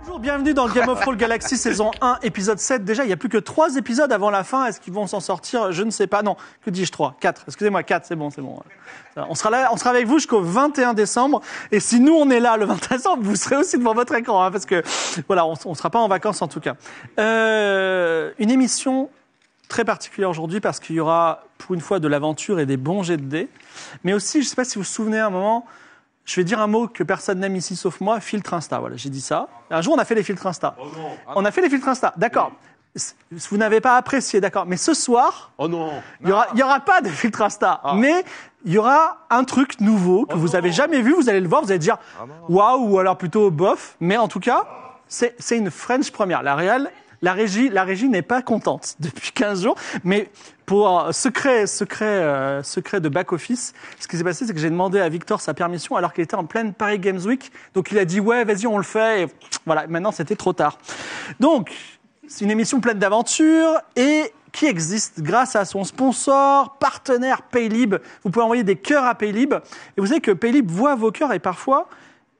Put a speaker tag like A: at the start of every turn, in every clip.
A: Bonjour, bienvenue dans Game of Thrones Galaxy saison 1, épisode 7. Déjà, il n'y a plus que 3 épisodes avant la fin. Est-ce qu'ils vont s'en sortir Je ne sais pas. Non, que dis-je 3 4. Excusez-moi, 4, c'est bon, c'est bon. Ça va. On sera là, on sera avec vous jusqu'au 21 décembre. Et si nous, on est là le 21 décembre, vous serez aussi devant votre écran. hein, parce que, voilà, on ne sera pas en vacances en tout cas. Euh, une émission très particulière aujourd'hui parce qu'il y aura, pour une fois, de l'aventure et des bons jets de dés. Mais aussi, je ne sais pas si vous vous souvenez à un moment, je vais dire un mot que personne n'aime ici sauf moi, filtre Insta. Voilà, j'ai dit ça. Un jour, on a fait les filtres Insta. on a fait les filtres Insta, d'accord. S- Vous n'avez pas apprécié, d'accord. Mais ce soir,
B: Oh non
A: il n'y aura, il y aura pas de filtre Insta. Mais il y aura un truc nouveau que vous n'avez jamais vu. Vous allez le voir, vous allez dire waouh ou alors plutôt bof. Mais en tout cas, c'est c'est une French première. La réelle. La régie, la régie n'est pas contente depuis 15 jours, mais pour un secret, secret, euh, secret de back office, ce qui s'est passé, c'est que j'ai demandé à Victor sa permission alors qu'il était en pleine Paris Games Week. Donc il a dit ouais, vas-y, on le fait. Et voilà, maintenant c'était trop tard. Donc c'est une émission pleine d'aventures et qui existe grâce à son sponsor, partenaire Paylib. Vous pouvez envoyer des cœurs à Paylib. Et vous savez que Paylib voit vos cœurs et parfois,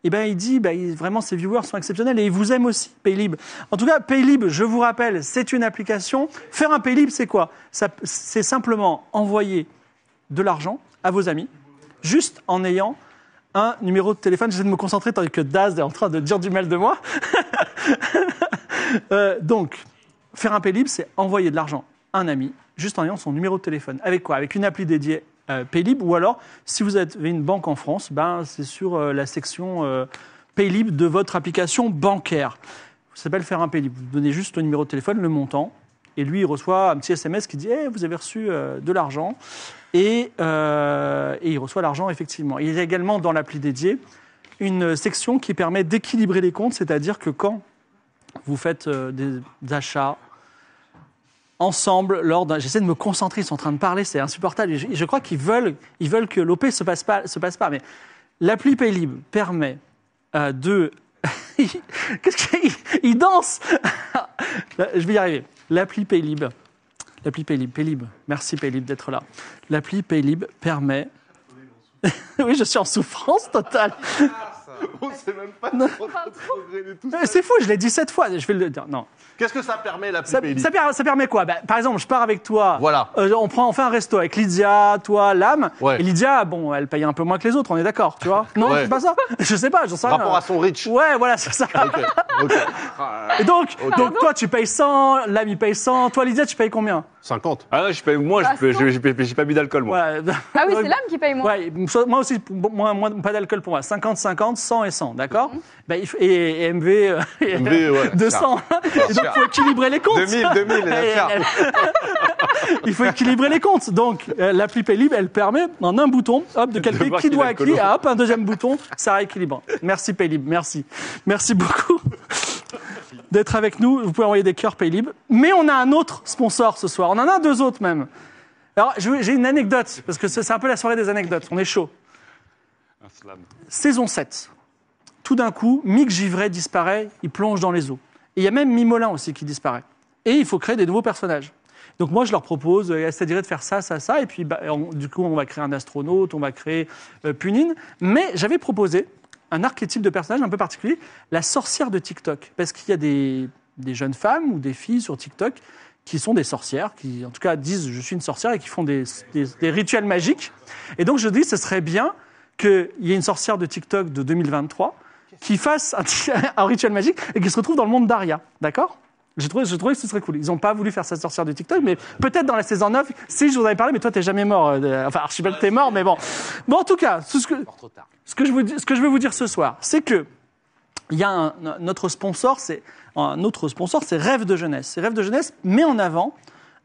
A: eh ben, il dit, ben, il- vraiment, ses viewers sont exceptionnels et ils vous aiment aussi, Paylib. En tout cas, Paylib, je vous rappelle, c'est une application. Faire un Paylib, c'est quoi Ça- C'est simplement envoyer de l'argent à vos amis, juste en ayant un numéro de téléphone. J'essaie de me concentrer tandis que Daz est en train de dire du mal de moi. Euh, donc, faire un Paylib, c'est envoyer de l'argent à un ami, juste en ayant son numéro de téléphone. Avec quoi Avec une appli dédiée euh, Paylib, ou alors, si vous avez une banque en France, ben, c'est sur euh, la section euh, Paylib de votre application bancaire. Ça s'appelle faire un Paylib. Vous donnez juste le numéro de téléphone, le montant, et lui, il reçoit un petit SMS qui dit Eh, Vous avez reçu euh, de l'argent. Et, euh, et il reçoit l'argent, effectivement. Il y a également dans l'appli dédiée une section qui permet d'équilibrer les comptes, c'est-à-dire que quand vous faites euh, des achats ensemble lors d'un. J'essaie de me concentrer, ils sont en train de parler, c'est insupportable. Et je, je crois qu'ils veulent, ils veulent que l'OP se passe pas, se passe pas. Mais l'appli Paylib permet euh, de. Qu'est-ce qu'il il danse Là, Je vais y arriver. L'appli Paylib. L'appli Paylib, Paylib. Merci Paylib d'être là. L'appli Paylib permet. oui, je suis en souffrance totale.
B: On sait même pas trop progrès de tout ça.
A: C'est fou, je l'ai dit sept fois. Je vais le dire. Non.
B: Qu'est-ce que ça permet, la
A: Ça,
B: petite
A: ça per- ça permet quoi Bah, Par exemple, je pars avec toi.
B: Voilà.
A: Euh, on prend enfin un resto avec Lydia, toi, Lame.
B: Ouais.
A: Et Lydia, bon, elle paye un peu moins que les autres, on est d'accord, tu vois Non,
B: Ouais.
A: c'est pas ça. Je sais pas, j'en sais rien.
B: Rapport à son rich.
A: Ouais, voilà, c'est ça.
B: Ok, ok.
A: Et donc, donc toi, tu payes 100, Lame, il paye 100. Toi, Lydia, tu payes combien
B: 50.
C: Ah non, je paye, moi,
D: Ah,
C: je paye-
D: c'est bon.
C: je- je paye- j'ai pas bu d'alcool, moi.
A: Voilà.
D: Ah oui, c'est l'âme qui paye moins.
A: Ouais, soit- moi aussi, bon, moi, moi, pas d'alcool pour moi. 50, 50, 100 et 100, d'accord
D: Mhm.
A: Bah, il faut- et, et MV, euh,
B: MV, ouais,
A: 200. Et donc, il faut équilibrer les comptes.
C: 2000, 2000,
A: Et-
C: d'accord.
A: il faut équilibrer les comptes. Donc, euh, l'appli Paylib, elle permet, en un bouton, hop, de calculer
C: voir
A: qui
C: qu'il
A: doit
C: est
A: à qui, et
C: alcoolo.
A: hop, un deuxième bouton, ça rééquilibre. Merci Paylib, merci. Merci beaucoup d'être avec nous. Vous pouvez envoyer des cœurs Paylib. Mais on a un autre sponsor ce soir. On en a deux autres même. Alors, je- j'ai une anecdote, parce que c'est c'est un peu la soirée des anecdotes. On est chaud. Saison 7. Tout d'un coup, Mick Givray disparaît, il plonge dans les eaux. Et il y a même Mimolin aussi qui disparaît. Et il faut créer des nouveaux personnages. Donc moi, je leur propose, euh, ça dirait de faire ça, ça, ça, et puis bah, on- du coup, on va créer un astronaute, on va créer euh, Punine. Mais j'avais proposé un archétype de personnage un peu particulier, la sorcière de TikTok. Parce qu'il y a des, des jeunes femmes ou des filles sur TikTok qui sont des sorcières, qui en tout cas disent je suis une sorcière et qui font des, des- des rituels magiques. Et donc je dis ce serait bien qu'il y ait une sorcière de TikTok de 2023 qui fasse un, ti- un rituel magique et qui se retrouve dans le monde d'Aria. D'accord j'ai trouvé, j'ai trouvé que ce serait cool. Ils n'ont pas voulu faire cette sorcière de TikTok, mais peut-être dans la saison 9, si je vous en avais parlé, mais toi, t'es jamais mort. euh, de- enfin, Archibald, t'es mort, mais bon. Bon, en tout cas, tout ce que, ce que, je, vous dis- ce que je veux vous dire ce soir, c'est que il y a un- notre sponsor, c'est un autre sponsor, c'est Rêve de jeunesse. C'est Rêve de jeunesse met en avant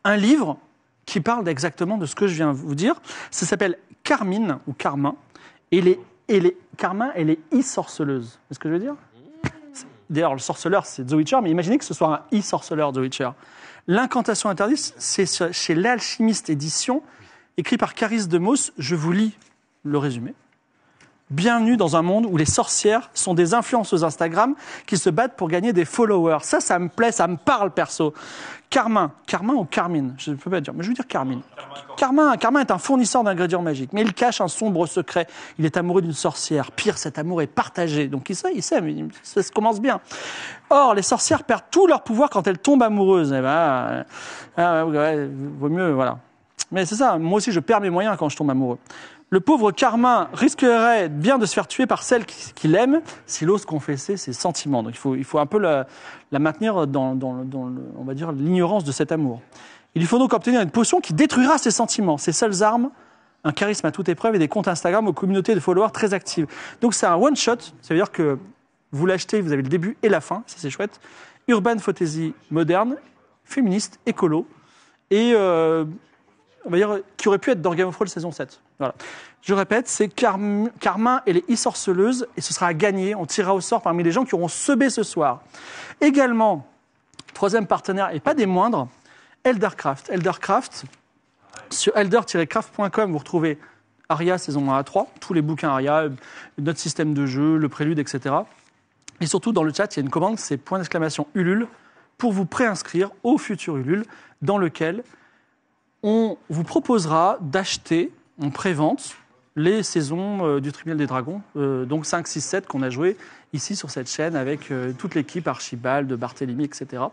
A: un livre qui parle exactement de ce que je viens de vous dire. Ça s'appelle Carmine ou Carmin et les et les Carmin et les i sorceleuses. C'est ce que je veux dire C'est- D'ailleurs, le sorceleur c'est The Witcher, mais imaginez que ce soit un i sorceleur The Witcher. L'incantation interdite, c'est sur- chez l'alchimiste édition, écrit par Caris de Mauss. Je vous lis le résumé. Bienvenue dans un monde où les sorcières sont des influenceuses Instagram qui se battent pour gagner des followers. Ça, ça me plaît, ça me parle perso. Carmin, Carmin ou Carmine, je ne peux pas dire, mais je veux dire Carmine. Carmin, Carmin est un fournisseur d'ingrédients magiques, mais il cache un sombre secret. Il est amoureux d'une sorcière. Pire, cet amour est partagé. Donc il sait, il sait, mais ça se commence bien. Or, les sorcières perdent tout leur pouvoir quand elles tombent amoureuses. Eh ben, euh, ah ouais, ouais, vaut mieux, voilà. Mais c'est ça, moi aussi je perds mes moyens quand je tombe amoureux. Le pauvre Carmin risquerait bien de se faire tuer par celle qui- qu'il aime s'il ose confesser ses sentiments. Donc il faut, il faut un peu la, la maintenir dans, dans le- dans le- on va dire, l'ignorance de cet amour. Il lui faut donc obtenir une potion qui détruira ses sentiments, ses seules armes, un charisme à toute épreuve et des comptes Instagram aux communautés de followers très actives. Donc c'est un one-shot, ça veut dire que vous l'achetez, vous avez le début et la fin, ça c'est chouette. Urban fantasy moderne, féministe, écolo, et euh, on va dire, qui aurait pu être dans Game of Thrones saison 7. Voilà. Je répète, c'est Carm- Carmin et les e-sorceleuses, et ce sera à gagner. On tirera au sort parmi les gens qui auront sebé ce soir. Également, troisième partenaire, et pas des moindres, Eldercraft. Eldercraft, sur elder-craft.com, vous retrouvez Aria saison 1 à 3, tous les bouquins Aria, notre système de jeu, le prélude, etc. Et surtout, dans le chat, il y a une commande, c'est point d'exclamation Ulule, pour vous préinscrire au futur Ulule, dans lequel on vous proposera d'acheter en prévente les saisons euh, du Tribunal des Dragons, euh, donc 5, 6, 7 qu'on a joué ici sur cette chaîne avec euh, toute l'équipe Archibald, Barthélemy, etc.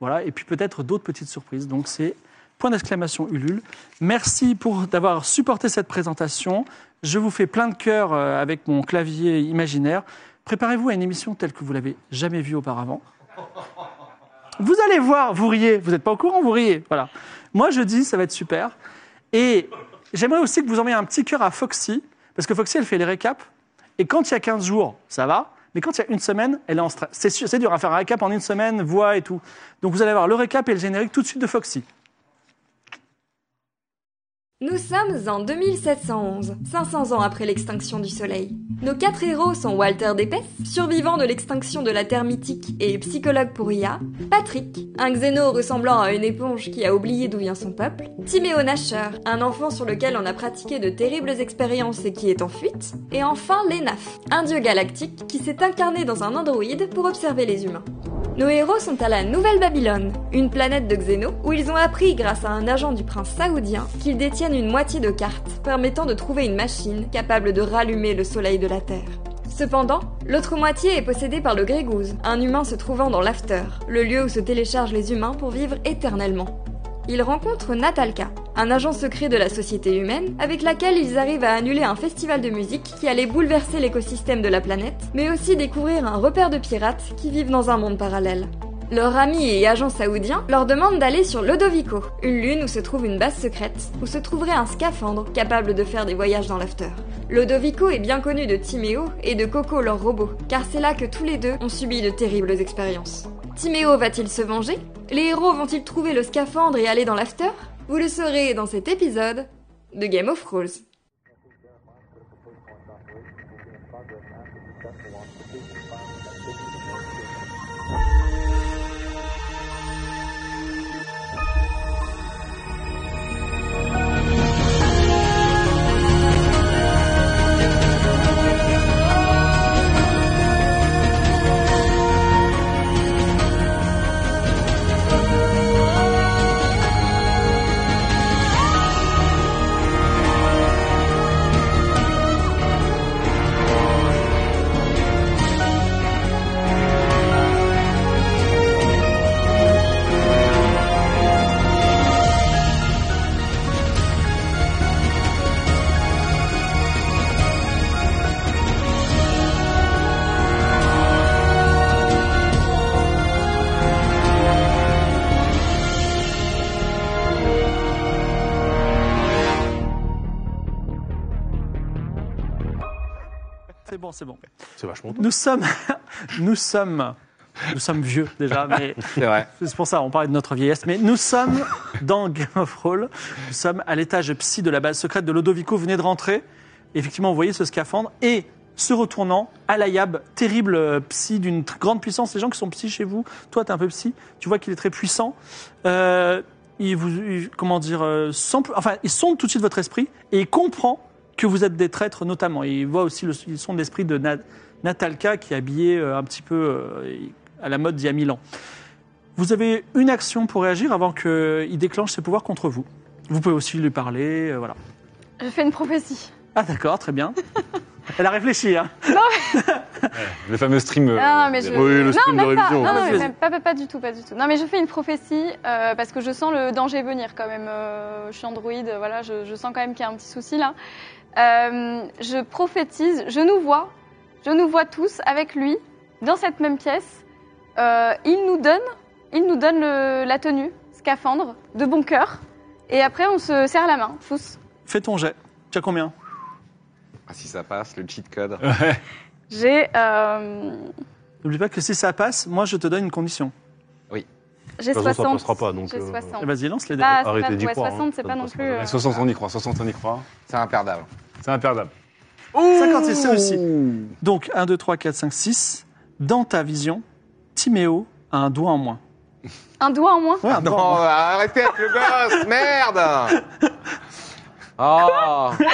A: Voilà, et puis peut-être d'autres petites surprises. Donc c'est point d'exclamation Ulule. Merci pour d'avoir supporté cette présentation. Je vous fais plein de cœur euh, avec mon clavier imaginaire. Préparez-vous à une émission telle que vous l'avez jamais vue auparavant. Vous allez voir, vous riez. Vous n'êtes pas au courant, vous riez. Voilà. Moi, je dis, ça va être super. Et j'aimerais aussi que vous envoyiez un petit cœur à Foxy, parce que Foxy, elle fait les récaps. Et quand il y a 15 jours, ça va. Mais quand il y a une semaine, elle est en stress. C'est sûr- c'est dur à faire un récap en une semaine, voix et tout. Donc vous allez avoir le récap et le générique tout de suite de Foxy.
D: Nous sommes en 2711, 500 ans après l'extinction du Soleil. Nos quatre héros sont Walter Dépès, survivant de l'extinction de la Terre mythique et psychologue pour IA, Patrick, un xéno ressemblant à une éponge qui a oublié d'où vient son peuple, Timéo Nasher, un enfant sur lequel on a pratiqué de terribles expériences et qui est en fuite, et enfin Lenaf, un dieu galactique qui s'est incarné dans un androïde pour observer les humains. Nos héros sont à la Nouvelle-Babylone, une planète de Xéno, où ils ont appris grâce à un agent du prince saoudien qu'ils détiennent une moitié de carte permettant de trouver une machine capable de rallumer le soleil de la Terre. Cependant, l'autre moitié est possédée par le Grégouze, un humain se trouvant dans l'After, le lieu où se téléchargent les humains pour vivre éternellement. Ils rencontrent Natalka, un agent secret de la société humaine, avec laquelle ils arrivent à annuler un festival de musique qui allait bouleverser l'écosystème de la planète, mais aussi découvrir un repère de pirates qui vivent dans un monde parallèle. Leur ami et agent saoudien leur demande d'aller sur Lodovico, une lune où se trouve une base secrète, où se trouverait un scaphandre capable de faire des voyages dans l'after. Lodovico est bien connu de Timéo et de Coco leur robot, car c'est là que tous les deux ont subi de terribles expériences. Timéo va-t-il se venger Les héros vont-ils trouver le scaphandre et aller dans l'after Vous le saurez dans cet épisode de Game of Thrones.
A: bon, c'est bon.
C: C'est vachement
A: Nous sommes, nous sommes, nous sommes vieux déjà, mais
C: C'est vrai.
A: c'est pour ça on parlait de notre vieillesse. Mais nous sommes dans Game of Roll. Nous sommes à l'étage psy de la base secrète de Lodovico. Vous venez de rentrer. Effectivement, vous voyez ce scaphandre et se retournant, Alayab, terrible euh, psy d'une tr- grande puissance. Les gens qui sont psy chez vous, toi t'es un peu psy, tu vois qu'il est très puissant. Euh, il vous, il- comment dire, euh, semble- enfin, il sonde tout de suite votre esprit et il comprend que vous êtes des traîtres notamment. Et il voit aussi le, il sonde l'esprit de Na- Natalka qui est habillée euh, un petit peu euh, à la mode d'il y a mille ans. Vous avez une action pour réagir avant qu'il déclenche ses pouvoirs contre vous. Vous pouvez aussi lui parler, euh, voilà.
E: Je fais une prophétie.
A: Ah d'accord, très bien. Elle a réfléchi, hein.
C: Le fameux stream. euh,
E: non, non, mais je...
C: des-
B: Oui, le
E: non,
B: stream de
E: même pas.
B: révision,
E: Non, non,
A: vas-y,
E: mais
A: vas-y.
E: pas, pas- pas du tout, pas du tout. Non, mais je fais une prophétie euh, parce que je sens le danger venir quand même. euh, je suis androïde, euh, voilà, je, je sens quand même qu'il y a un petit souci là. Euh, je prophétise, je nous vois, je nous vois tous avec lui dans cette même pièce. Euh, il nous donne, il nous donne le- la tenue, scaphandre, de bon cœur. Et après, on se serre la main, tous.
A: Fais ton jet. Tu as combien
C: Ah, si ça passe, le cheat code.
E: J'ai euh,
A: N'oublie pas que si ça passe, moi je te donne une condition.
E: j'ai
B: De toute façon, ça
E: 60.
B: passera pas, donc,
E: J'ai
B: euh,
E: 60.
A: Eh, Vas-y, lance les dés.
C: Ah.
E: Bah, c'est
B: Arrêtez
E: pas-
B: d'y
E: ouais,
B: croire, hein.
E: 60, c'est
B: Ça
E: pas
B: ne
E: non
B: passera
E: plus.
B: jamais.
E: euh,
C: 60, on y croit. 60, on y croit.
B: C'est imperdable.
C: C'est imperdable.
A: 56 aussi. Donc 1, 2, 3, 4, 5, 6. Dans ta vision, Timéo a un doigt en moins.
E: Un doigt en moins.
F: Ah
A: Ouais, un doigt en
C: Non,
A: moins.
C: arrêtez avec le gosse Merde
F: Ah.
C: Oh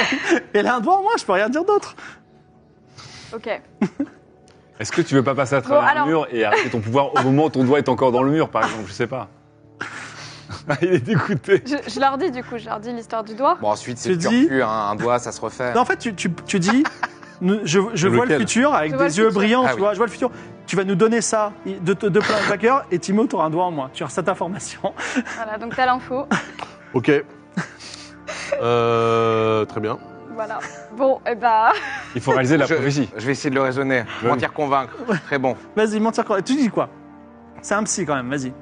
A: Elle a un doigt en moins, je peux rien dire d'autre.
E: Ok.
C: Est-ce que tu veux pas passer à travers
E: Bon, alors-
C: le mur et arrêter ton pouvoir au moment où ton doigt est encore dans le mur, par exemple Je sais pas. Ah, Il est dégoûté.
E: Je, je leur dis du coup, je leur dis l'histoire du doigt.
F: Bon, ensuite, c'est
A: Tu
F: le
A: dis-
F: turfu, hein, un doigt, ça se refait.
A: Non, en fait, tu, tu- tu dis, nous- je, je vois le
C: Lequel
A: futur avec
E: Je vois
A: des
E: le
A: yeux
E: futur.
A: brillants,
F: Ah
A: tu
F: oui.
A: vois, je vois le futur. Tu vas nous donner ça de, de, de plein de cœur et Timéo, t'auras un doigt en moins. Tu as cette information.
E: Voilà, donc t'as l'info.
B: Ok. Euh, très bien.
E: Voilà. Bon, et bah,
C: Il faut réaliser la
F: Je-
C: prophétie.
F: Je vais essayer de le raisonner,
C: oui.
F: mentir, convaincre. Très bon.
A: Vas-y, mentir quoi. Tu dis quoi C'est un psy quand même, vas-y.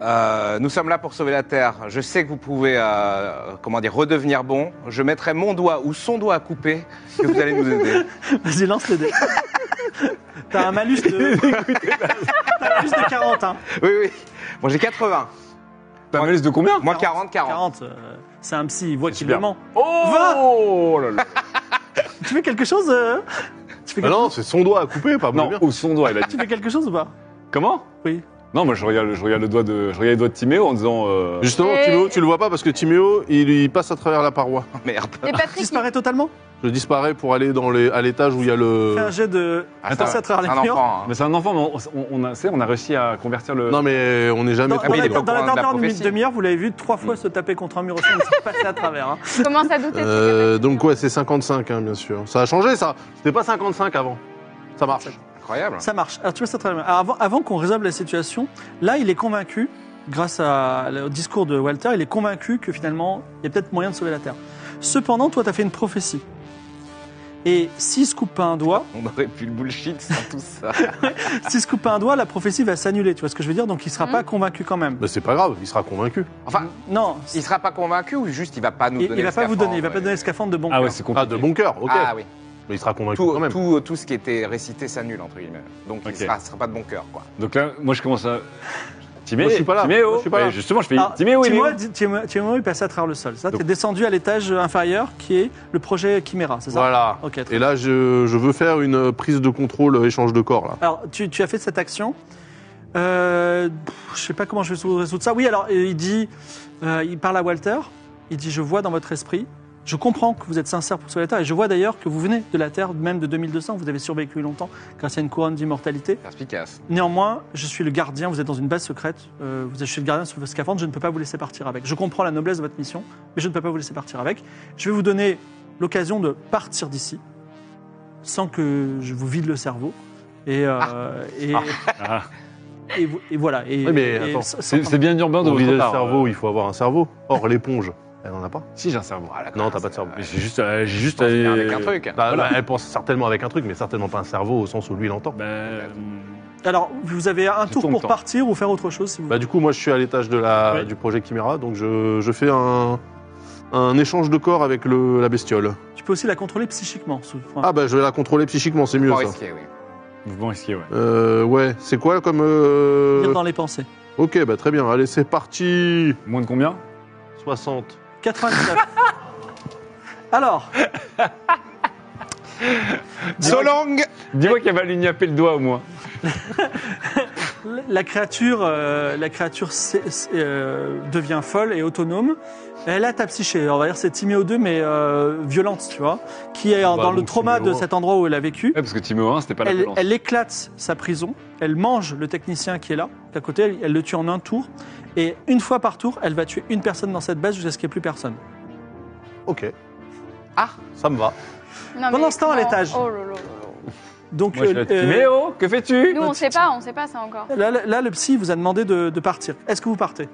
F: Euh, nous sommes là pour sauver la Terre. Je sais que vous pouvez, euh, comment dire, redevenir bon. Je mettrai mon doigt ou son doigt à couper que vous allez nous aider.
A: Vas-y, lance les dés. T'as un malus de.
F: bah,
A: T'as un malus de 40, hein.
F: Oui, oui. Bon, j'ai 80.
C: T'as un malus de combien
F: Moins 40, 40.
A: 40, euh, c'est un psy, il voit qu'il
C: super.
A: le ment.
C: Oh là là.
A: Tu fais quelque chose euh tu, fais
B: Bah
A: quelque-
B: non, c'est son doigt à couper, pas
C: Non,
B: mon mien.
C: ou son doigt, il a dit.
A: tu fais quelque chose ou pas
C: Comment
A: Oui.
C: Non, moi je regarde, je regarde le doigt de, je regarde les doigts de Timéo en disant. euh,
B: Justement,
E: Et-
B: Timéo, tu le vois pas parce que Timéo, il, il passe à travers la paroi.
F: Merde.
A: Tu
E: et Patrick,
A: disparais totalement
B: Je disparais pour aller dans les, à l'étage où il y a le.
A: Fais un jet de.
F: Ah,
A: Attends,
F: ça,
A: ça à travers les
F: un
A: murs.
F: enfant. hein.
C: Mais c'est un enfant, mais on, on, on a, tu sais, on a réussi à convertir le.
B: Non, mais on n'est jamais Euh,
A: Dans, dans
F: il
A: la,
F: est
B: préparé.
F: pas
A: dans la
F: au courant de la
A: dernière minute
F: prophétie. Mm.
A: demi-heure, vous l'avez vu trois fois se taper contre un mur au sol, il s'est passé à travers. hein.
E: il commence à douter. de ses
B: Euh,
E: capacités.
B: donc ouais, c'est 55, hein, bien sûr. Ça a changé, ça. C'était pas 55 avant. Ça marche.
A: hein.
F: Incroyable.
A: Ça marche. Alors, tu vois, ça à travers les murs. Alors, avant, avant qu'on résolve la situation, là, il est convaincu, grâce à, au discours de Walter, il est convaincu que finalement, il y a peut-être moyen de sauver la Terre. Cependant, toi, tu as fait une prophétie. Et s'il se coupe pas un doigt,
F: On aurait pu le bullshit sans tout ça.
A: s'il se coupe pas un doigt, la prophétie va s'annuler. Tu vois ce que je veux dire Donc, il sera pas convaincu quand même.
B: Bah, c'est pas grave, il sera convaincu.
F: Enfin,
A: Non,
F: il sera pas convaincu ou juste il va pas nous
A: il,
F: donner
A: il va
F: le
A: pas vous
F: scaphandre,
A: donner, il va pas
F: ouais.
A: donner le scaphandre de bon
C: Ah ouais,
A: cœur.
C: c'est compliqué.
B: Ah, de bon cœur, ok.
F: Ah oui.
B: Mais il sera convaincu quand
F: Tout,
B: même.
F: tout, tout ce qui était récité s'annule, entre guillemets. Donc
C: Ok.
F: il sera, sera pas de bon cœur, quoi.
C: Donc là, moi je commence à. Timéo,
B: Moi, je suis pas là.
C: Timéo,
B: Moi, je suis pas là.
C: Ouais, justement, je fais.
A: Alors,
C: Timéo, il est où
A: Timothée- Timothée- Timothée est passé à travers le sol. Ça,
C: Donc-
A: t'es descendu à l'étage euh, inférieur qui est le projet Chimera, c'est ça
B: Voilà.
A: Ok, très
B: Et là, je, je veux faire une prise de contrôle, euh, échange de corps, là.
A: Alors, tu, tu as fait cette action. Euh, pff, je sais pas comment je vais sou- résoudre ça. Oui, alors euh, il dit, euh, il parle à Walter. Il dit, je vois dans votre esprit, je comprends que vous êtes sincère pour sauver la Terre, et je vois d'ailleurs que vous venez de la Terre, même de 2200. Vous avez survécu longtemps grâce à une couronne d'immortalité.
F: Perspicace.
A: Néanmoins, je suis le gardien. Vous êtes dans une base secrète. euh, vous êtes je suis le gardien sur votre scaphandre. Je ne peux pas vous laisser partir avec. Je comprends la noblesse de votre mission, mais je ne peux pas vous laisser partir avec. Je vais vous donner l'occasion de partir d'ici sans que je vous vide le cerveau. Et, euh, et,
C: Ah.
A: et, vo- et voilà. Et,
B: Oui, mais
A: et
B: attends,
A: sans-
C: C'est
A: sans-
C: c'est bien urbain de
B: Pour
C: votre
B: vider le
C: part,
B: cerveau,
C: euh,
B: il faut avoir un cerveau. Or, l'éponge, elle en a pas.
C: Si, j'ai un cerveau.
F: Ah,
B: Non, t'as pas de cerveau.
C: Mais j'ai juste. euh, J'ai juste.
F: Pense bien
C: euh,
F: avec un truc.
B: Bah, bah, Elle pense certainement avec un truc, mais certainement pas un cerveau au sens où lui, il entend.
C: Bah, euh,
A: Alors, vous avez un
C: J'ai
A: tour
C: tout le
A: pour
C: temps.
A: partir ou faire autre chose si vous
B: Bah, du coup, moi, je suis à l'étage de la,
C: Oui.
B: du projet Chimera, donc je, je fais un, un échange de corps avec le- la bestiole.
A: Tu peux aussi la contrôler psychiquement. sous- enfin,
B: Ah bah je vais la contrôler psychiquement, c'est mieux
F: Pas
B: ça.
F: risqué, oui.
C: Mouvement risqué, ouais.
B: Euh, ouais, c'est quoi comme... euh,
A: lire dans les pensées.
B: Ok, bah très bien, allez c'est parti
C: Moins de combien
B: 60.
A: 99. Alors,
F: Solong
C: Dis-moi qu'elle va lui napper le doigt au moins.
A: la créature, euh, la créature s'est- s'est, euh, devient folle et autonome. Elle a ta psyché, on va dire c'est Timéo 2 mais euh, violente, tu vois, qui est dans le
C: Ah bah, donc,
A: trauma
C: Timéo.
A: de cet endroit où elle a vécu.
C: Ouais, parce que Timéo 1, c'était pas la
A: elle,
C: violence.
A: elle éclate sa prison, elle mange le technicien qui est là, d'à côté, elle, elle le tue en un tour, et une fois par tour, elle va tuer une personne dans cette base jusqu'à ce qu'il n'y ait plus personne.
B: Ok.
F: Ah.
B: Ça me va.
E: Non,
A: Pendant
E: mais
A: ce temps, à
E: comment-
A: l'étage.
E: Oh là là là là.
A: Donc
C: Moi, je vais
A: euh,
C: être Timéo, que fais-tu
E: Nous, on sait pas, on sait pas ça encore.
A: euh, là, là, là, le psy vous a demandé de, de partir. Est-ce que vous partez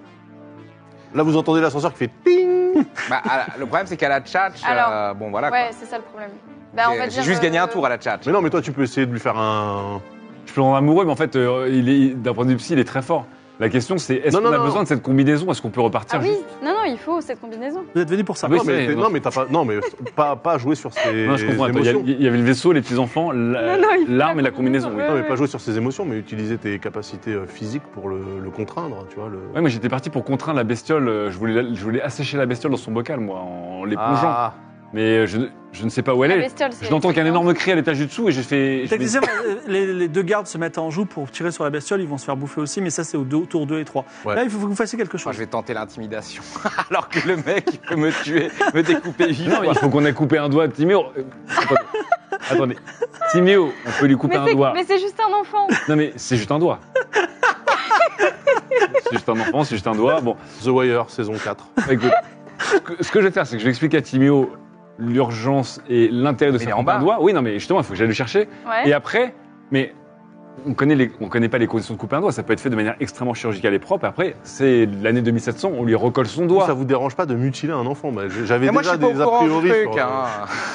B: Là vous entendez l'ascenseur qui fait ping
F: Bah, à la- le problème, c'est qu'à la tchatch,
E: Alors.
F: euh, bon voilà.
E: Ouais,
F: quoi.
E: c'est ça le problème. Bah, on
F: J'ai-
E: va
F: J'ai
E: dire,
F: juste gagné
E: euh,
F: un tour à la tchatch.
B: Mais non mais toi tu peux essayer de lui faire un...
C: Je peux le rendre amoureux, mais en fait, euh, il est- d'un point de vue psy, il est très fort. La question, c'est est-ce
B: Non,
C: qu'on
B: non,
C: a
B: non.
C: besoin de cette combinaison Est-ce qu'on peut repartir
E: Ah oui,
C: juste
E: non, non, il faut cette combinaison.
A: Vous êtes venu pour ça.
C: Ah oui,
B: non, mais,
C: c'est-
B: t'es- non, mais t'as pas... Non mais pas, pas jouer sur ses
C: Non, je comprends. attends, Il y, a-
B: émotions.
C: il y avait le vaisseau, les petits-enfants, la-
E: Non, non, il faut
C: l'arme
E: la
C: et la combinaison. Oui.
E: combinaison,
B: Non,
E: ouais.
B: mais pas jouer sur ses émotions, mais utiliser tes capacités euh, physiques pour le, le contraindre, tu vois. Le...
C: Ouais, moi j'étais parti pour contraindre la bestiole. euh, Je voulais, la- je voulais assécher la bestiole dans son bocal, moi, en l'épongeant.
B: Ah.
C: Mais euh, je, ne- je ne sais pas où elle
E: La
C: est.
E: bestiole, c'est-
C: Je n'entends qu'un
E: c'est-
C: énorme cri à l'étage du dessous et j'ai fait. je
A: Technicien, euh, les, les deux gardes se mettent en joue pour tirer sur la bestiole, ils vont se faire bouffer aussi, mais ça c'est au deux- tour 2 et 3.
B: Ouais.
A: Là, il faut que vous fassiez quelque
F: Moi,
C: Ah,
A: chose.
F: je vais tenter l'intimidation. Alors que le mec, il peut me tuer, me découper
C: fais- Non,
F: vivant.
C: il faut qu'on ait coupé un doigt à Timéo. Euh, attendez. attendez. Timéo, on peut lui couper
E: Mais
C: un
E: c'est-
C: doigt.
E: mais c'est juste un enfant.
C: Non, mais c'est juste un doigt. c'est juste un enfant, c'est juste un doigt. Bon, bah,
B: The Wire, saison 4.
C: écoute. Ce que, ce que je vais faire, c'est que je vais expliquer à Timéo l'urgence et l'intérêt de
F: Mais
C: ce
F: il est en bas.
C: doigt. Oui, non, mais justement, il faut que j'aille le chercher.
E: Ouais.
C: Et après, mais on connaît les, on connaît pas les conditions de couper un doigt. Ça peut être fait de manière extrêmement chirurgicale et propre. Après, c'est l'année 2700, on lui recolle son
B: Vous, Ça
C: doigt.
B: vous dérange pas de mutiler un enfant Bah, j'ai- J'avais
F: Mais moi, je
B: déjà
F: suis pas au
B: des a
F: courant du
B: priori.
F: truc.
B: sur- euh,
F: hein.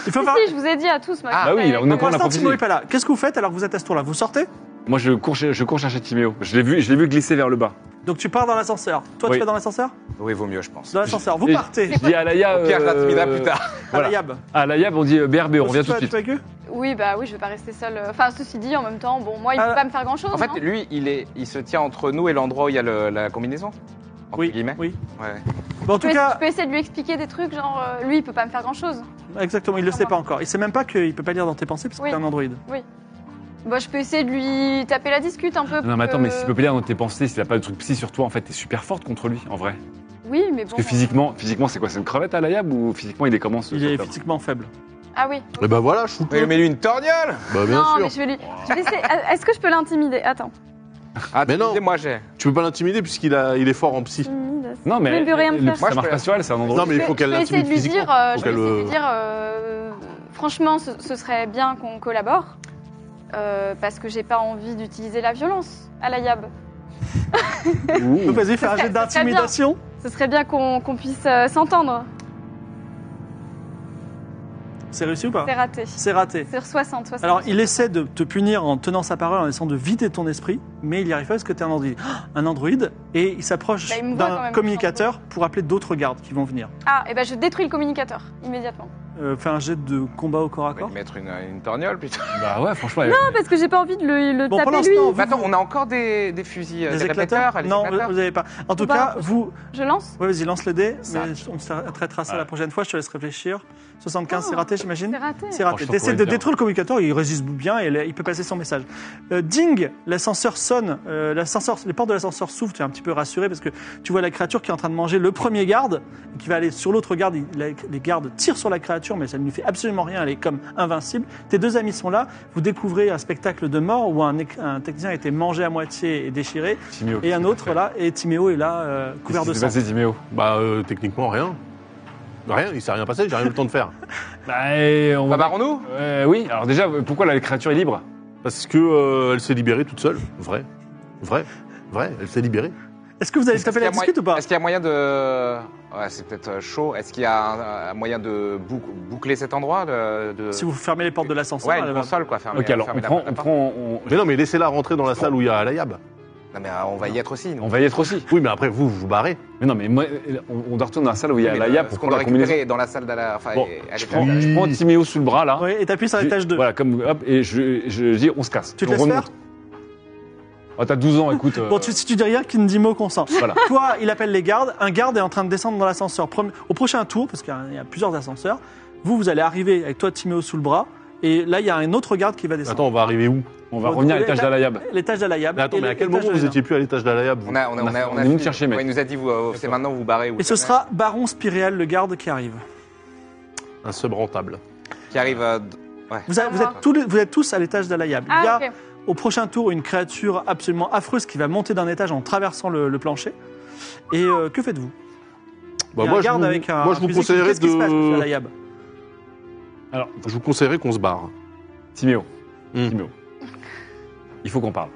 A: Il faut
E: Si,
A: faire...
E: si, je vous ai dit à tous. Moi,
F: Ah,
C: bah oui, on est
A: Pour
C: encore
A: l'instant,
C: la
A: Timéo
C: prophétie.
A: n'est pas là. Qu'est-ce que vous faites alors que vous êtes à ce tour-là Vous sortez
C: Moi, je cours, chez- je cours chercher Timéo. Je l'ai vu, je l'ai vu glisser vers le bas.
A: Donc tu pars dans l'ascenseur. Toi,
C: Oui.
A: tu vas dans l'ascenseur
F: Oui, vaut mieux, je pense.
A: Dans l'ascenseur. Vous
C: Et-
A: partez.
C: Je dis à Laïa.
F: Au pire, je
C: euh,
F: l'intimiderai plus tard.
C: voilà.
A: À la Yab.
C: À Laïa, on dit euh, Berbé, on revient tout de
A: Tu
C: suite.
A: vas avec eux
E: Oui, bah oui, je vais pas rester seule. Enfin, ceci dit, en même temps, bon, moi, il peut
A: Ah.
E: pas me faire hein. grand chose.
F: En fait, lui, il, est, il se tient entre nous et l'endroit où il y a le- la combinaison. Entre
A: Oui.
F: guillemets.
A: oui.
F: Ouais.
A: Bon, en
E: je
A: tout
E: peux,
A: cas,
E: je peux essayer de lui expliquer des trucs, genre, euh, lui, il peut pas me faire grand chose.
A: Exactement, il le sait pas encore. Il sait même pas qu'il peut pas lire dans tes pensées parce que
E: Oui.
A: t'es un androïde.
E: Bah, je peux essayer de lui taper la discute un peu.
C: Non, mais
E: pour
C: attends,
E: que-
C: mais s'il peut pas lire dans tes pensées, s'il a pas de truc psy sur toi, en fait, t'es super forte contre lui, en vrai.
E: Oui, mais bon.
C: Parce que physiquement, physiquement, c'est quoi C'est une crevette à Laïa ou physiquement, il est comment ce
A: Il est
C: cet homme
A: physiquement faible.
E: Ah oui.
B: Et bah voilà, shoot
F: Mais mets-lui une torgnole
B: Bah bien
E: non,
B: sûr.
E: mais je vais lui. je vais essayer- Ah, Est-ce que je peux l'intimider Attends.
F: Ah,
B: Mais non.
F: moi j'ai.
B: Tu peux pas l'intimider puisqu'il a... il est fort en psy.
E: Timide.
C: Non, mais
E: Il peut rien me
C: le-
E: faire.
C: ça
F: Moi,
C: marche
F: je
C: pas sur elle, c'est un endroit.
B: Non, mais il
E: Je
B: faut
E: vais-
B: qu'elle
E: je vais essayer
B: l'intimide
E: de lui
B: physiquement.
E: dire. euh,
B: Faut
E: je vais
B: qu'elle,
E: essayer de
B: euh,
E: lui dire. euh, Franchement, ce, ce serait bien qu'on collabore. euh, parce que j'ai pas envie d'utiliser la violence à la Yab.
A: Donc vas-y, fais un jet
E: serait- ce serait
A: d'intimidation.
E: Ce serait bien qu'on qu'on puisse euh, s'entendre.
A: C'est réussi ou pas
E: C'est raté.
A: C'est raté.
E: Sur 60, 60.
A: Alors, il essaie de te punir en tenant sa parole, en essayant de vider ton esprit, mais il y arrive pas parce que t'es un androïde. Ah, Un androïde, et il s'approche
E: Bah, il me voit quand
A: d'un
E: même,
A: communicateur pour appeler d'autres gardes qui vont venir.
E: Ah, et ben je détruis le communicateur immédiatement.
A: Euh, fais un jet de combat au corps à
F: On va
A: corps.
F: lui mettre une, une torgnole plutôt.
C: Bah ouais, franchement.
E: Non, Ah, parce que j'ai pas envie de le, le
A: Bon, pour
E: taper lui.
A: l'instant,
F: Mais
A: vous,
F: Bah, attends, on a encore des, des fusils, euh,
A: des
F: des répéteurs,
A: éclateurs
F: les
A: Non, vous
F: éclateurs
A: n'avez pas. En tout
E: Combat
A: cas,
E: impossible.
A: vous.
E: Je lance.
A: Ouais, vas-y, lance les dés,
F: Ça.
A: mais on se traitera ça
C: Ouais.
A: la prochaine fois. Je te laisse réfléchir. 75, c'est
E: Oh,
A: raté, j'imagine
E: C'est raté.
A: C'est
C: Oh, je
A: raté.
C: sens
A: T'essaies
C: qu'on
A: de
C: est bien.
A: détruire le communicateur, il résiste bien et il- il peut passer son message. Euh, ding L'ascenseur sonne, euh, l'ascenseur, les portes de l'ascenseur s'ouvrent, tu es un petit peu rassuré parce que tu vois la créature qui est en train de manger le premier garde, qui va aller sur l'autre garde, Il- la- les gardes tirent sur la créature mais ça ne lui fait absolument rien, elle est comme invincible. Tes deux amis sont là, vous découvrez un spectacle de mort où un, éc- un technicien a été mangé à moitié et déchiré,
C: Timéo,
A: et un autre là, et Timéo est là, euh, couvert de sang.
C: C'est Timéo.
B: Bah euh, techniquement rien. Rien, il s'est rien passé, j'ai rien eu le temps de faire.
C: Bah, eh, on
F: Bah,
C: va.
F: barrons-nous
C: Euh, oui, alors déjà, pourquoi la créature est libre
B: Parce que euh, elle s'est libérée toute seule. Vrai. Vrai. Vrai, elle s'est libérée.
A: Est-ce que vous allez
F: Est-ce
A: taper
F: qu'il y
A: la
F: a moyen-
A: discute ou pas
F: Est-ce qu'il y a moyen de. Ouais, c'est peut-être euh, chaud. Est-ce qu'il y a un, un moyen de bouc- boucler cet endroit de, de-
A: Si vous fermez les portes de l'ascenseur,
F: Ouais,
A: elle
F: une
A: va-
F: console, quoi. Fermer,
C: Ok, alors on
F: fermer la-
C: prend,
F: la
C: on
F: porte.
C: prend, on-
B: Mais non, mais laissez-la rentrer dans la salle où il y a la yab.
F: Non, mais euh, on va y être aussi. nous.
C: On va y être aussi.
B: Oui, mais après, vous, vous vous barrez.
C: Mais non, mais moi, on, on doit retourner dans la salle où il y a
F: Mais
C: la
F: le-
C: YA
F: ce
C: pour
F: qu'on
C: prendre
F: doit
C: la combinaison.
F: récupérer dans la salle de la. Enfin,
C: Bon,
F: à l'étage.
C: je prends, je prends Timéo sous le bras là.
A: Oui, et t'appuies sur
C: Je-
A: l'étage 2.
C: Voilà, comme hop, et je, je dis on se casse.
A: Tu te
C: On
A: laisses
C: remonte.
A: faire
C: Ah, t'as 12 ans, écoute. euh,
A: Bon, tu- si tu dis rien, qui ne dit mot consent.
C: Voilà.
A: Toi, il appelle les gardes. Un garde est en train de descendre dans l'ascenseur. Premi- Au prochain tour, parce qu'il y a- il y a plusieurs ascenseurs, vous, vous allez arriver avec toi, Timéo, sous le bras. Et là, il y a un autre garde qui va descendre.
B: Attends, on va arriver où
C: On va
A: Bon,
C: revenir à
A: donc,
C: l'étage
A: l'éta-
C: d'Alayab.
A: L'étage
F: Ah,
A: d'Alayab.
B: Mais attends,
A: et
B: mais à quel
A: l'étage
B: moment vous
A: d'Alena.
B: étiez plus à l'étage d'Alayab vous
F: On a, on a, on a,
C: On est venu
F: fini.
C: te chercher, mec.
F: Ouais, Il nous a dit, vous, euh, c'est maintenant, vous barrez. ou
A: Et ce
F: jamais.
A: sera Baron Spiréal, le garde, qui arrive.
B: Un sub rentable.
F: Qui arrive. euh, d- ouais.
A: Vous, a- vous êtes, tous, les- vous êtes tous à l'étage d'Alayab. il y a
E: Ah, ok.
A: au prochain tour une créature absolument affreuse qui va monter d'un étage en traversant le, le plancher. Et euh, que faites-vous Il y
B: Bah,
A: a un
B: moi, je
A: garde
B: vous,
A: avec un
B: moi, je vous
A: fusil qui dit,
B: conseillerais
A: Qu'est-ce qui se passe, monsieur
B: de.
A: Alayab
C: Alors,
B: Je vous conseillerais qu'on se barre.
C: Timéo.
B: Hmm.
C: Timéo. Il faut qu'on parle.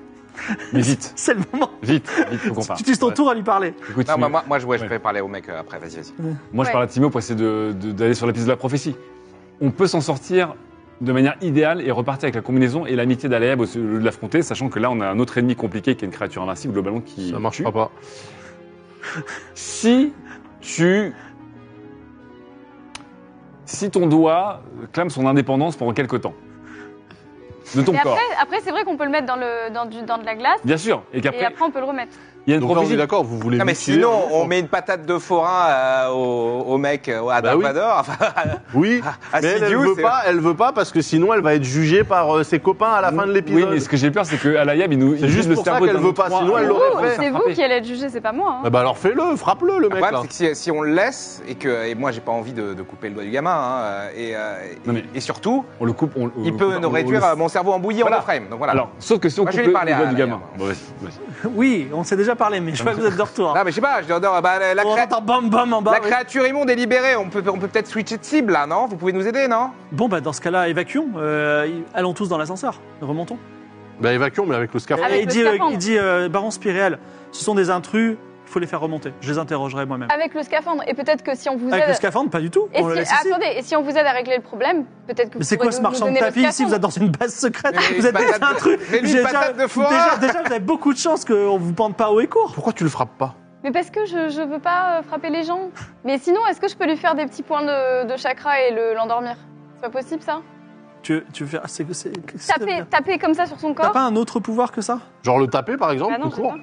C: Mais vite,
A: C'est le moment.
C: vite, vite, faut qu'on parle.
A: Tu utilises ton tour à lui parler.
C: Écoute,
F: Non,
C: Timéo,
F: bah, moi, moi, je, ouais, je
C: Ouais.
F: vais parler au mec euh, après, vas-y, vas-y.
C: moi je parle à Timéo pour essayer de- de- d'aller sur la piste de la prophétie. On peut s'en sortir de manière idéale et repartir avec la combinaison et l'amitié d'Alayab au lieu de l'affronter, sachant que là on a un autre ennemi compliqué qui est une créature invincible globalement qui.
B: Ça
C: tue.
B: marchera pas.
C: Si tu. Si ton doigt clame son indépendance pendant quelques temps. De ton
E: Et
C: corps.
E: après, après c'est vrai qu'on peut le mettre dans, le, dans, du, dans de la glace
C: Bien sûr. Et
E: et
C: qu'après,
E: après on peut le remettre.
C: il y a une
B: Donc là, on
C: prophétie.
B: est d'accord, vous voulez.
F: Non, mais
B: mutiler-
F: sinon, on met une patate de forain euh, au, au mec, euh, à
B: Bah oui.
F: Darvador. Enfin,
B: Oui,
F: à
B: mais elle, elle
F: Sidious,
B: veut
F: Ah, c'est-
B: pas, elle veut pas parce que sinon elle va être jugée par euh, ses copains à la fin de
C: Oui,
B: l'épisode.
C: mais ce que j'ai peur, c'est que Alayab, il nous.
B: C'est juste pour ça qu'elle veut pas, sinon elle
E: Ouh,
B: l'aurait fait.
E: C'est vous qui allez être jugé, c'est pas moi. hein.
B: Ah bah alors fais-le, frappe-le le
F: Le
B: mec
F: problème,
B: là.
F: Ah, c'est que si, si on le laisse, et que et moi, j'ai pas envie de, de couper le doigt du gamin, hein, et, euh,
C: Non, mais-
F: et surtout,
C: On le coupe. On, on
F: il
C: le
F: peut
C: coupe-
F: nous
C: on- on
F: réduire
C: le-
F: euh, mon cerveau en bouillie
C: Voilà.
F: en frame. Donc voilà.
C: Alors, sauf que si on
F: Moi, je
C: coupe
F: vais
C: le
F: parler à
C: doigt du
F: Alayab.
C: gamin.
B: Bah,
C: Bon, vas-y, vas-y.
A: Oui, on s'est déjà parlé, mais je vois que vous êtes de retour. hein.
F: non, mais je sais pas, je dis, non, bah, la, la
A: on
F: créa-
A: entend bam bam en bas.
F: la
A: oui.
F: créature immonde est libérée, on peut on peut peut-être switcher de cible là, non Vous pouvez nous aider, non
A: Bon, bah dans ce cas-là, évacuons. Euh, y- allons tous dans l'ascenseur. Remontons.
B: Bah évacuons mais avec le
A: Et
B: scaphandre.
E: Avec
A: il,
E: le
A: dit, euh,
E: scaphandre.
A: il dit euh, Baron Spiréal, ce sont des intrus, il faut les faire remonter. Je les interrogerai moi-même.
E: Avec le scaphandre. Et peut-être que si on Ah, vous
A: Ah. Avec le
E: aide.
A: scaphandre, pas du tout.
E: Et
A: On le
E: si,
A: laisse ici.
E: attendez, et si on vous aide à régler le problème, peut-être que vous
A: Mais c'est
E: pourrez
A: quoi ce
E: nous- nous
A: marchand de
E: donner le
A: tapis ici
E: scaphandre.
A: Vous êtes dans une base secrète.
F: Mais
A: vous
F: une
A: êtes des
F: patate de-
A: intrus.
F: mais une
A: J'ai
F: patate de forain.
A: déjà, déjà, vous avez beaucoup de chance qu'on vous pende pas haut et court.
B: Pourquoi tu le frappes pas
E: Mais parce que je, je veux pas euh, frapper les gens. Mais sinon, est-ce que je peux lui faire des petits points de, de chakra et le- l'endormir C'est pas possible ça
A: Tu, tu veux faire. c'est- c'est- qu'est-ce que ça veut
E: taper,
A: dire
E: taper comme ça sur son
A: T'as
E: corps
A: pas un autre pouvoir que ça
B: Genre le taper par exemple,
E: Bah non,
B: tout
E: j'ai
B: court.
E: pas.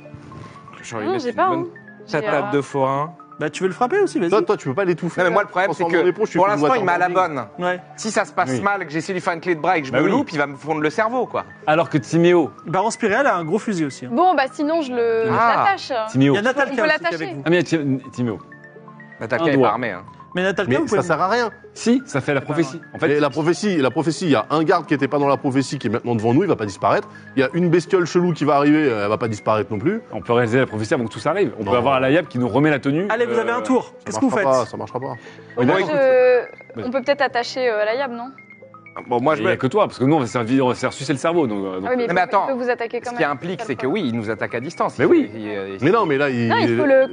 E: Non, j'ai pas. hein. J'ai, euh,
C: hein.
F: forain.
A: Bah tu veux le frapper aussi, vas-y.
B: Toi, toi, tu peux pas l'étouffer.
F: Non, mais moi, le problème, c'est
B: Transforme en
F: que
B: éponge, tu
F: pour
B: fais une
F: l'instant,
B: boîte
F: il m'a
B: en
F: à la
B: bowling.
F: bonne.
A: Ouais.
F: Si ça se passe
C: Oui.
F: mal, que j'essaie de lui faire une clé de bras et que je
C: Bah
F: me
C: oui.
F: loupe, il va me fondre le cerveau, quoi.
C: Alors que Timéo.
A: Baron Spiréal a un gros fusil aussi. hein.
E: Bon, bah sinon, je le
F: Ah.
E: l'attache.
C: Timéo.
A: Il y a
E: On
A: Natalka
E: peut
A: aussi qui est
E: l'attacher.
A: avec vous.
C: Ah, mais il y a Tim- Timéo.
F: Natalka
C: Un
F: est
C: doigt.
F: pas armée. Hein.
A: Mais Natalka, vous
B: Mais
A: pouvez.
B: ça sert à rien.
C: Si, ça fait la prophétie. En fait,
B: Et la prophétie, la prophétie, il y a un garde qui était pas dans la prophétie qui est maintenant devant nous, il va pas disparaître. Il y a une bestiole chelou qui va arriver, euh, elle va pas disparaître non plus.
C: on peut réaliser la prophétie avant que tout ça arrive. On
B: Non.
C: peut avoir Alayab qui nous remet la tenue.
A: Allez, vous
C: euh,
A: avez un tour.
B: Ça
A: Qu'est-ce que vous
B: marchera
A: faites
B: pas, Ça marchera pas.
C: on
F: Bon,
C: va-
E: Moi,
F: écoute,
E: je-
C: vas-y.
E: On peut peut-être attacher euh, la yab, non
F: Bon, moi,
C: Il
F: je
C: n'y a
F: me...
C: que toi, parce que nous, on va se faire, vi- on va se faire sucer le cerveau. Donc, euh, donc,
E: Ah oui, mais,
F: Non,
E: il peut-
F: mais attends,
E: il peut vous attaquer quand
F: Ce
E: même.
F: qui est implique, c'est que oui, il nous attaque à distance.
C: Mais
F: Il-
C: oui.
F: il- il-
B: Mais non, mais là, il.
E: Non, il faut le,
F: Euh,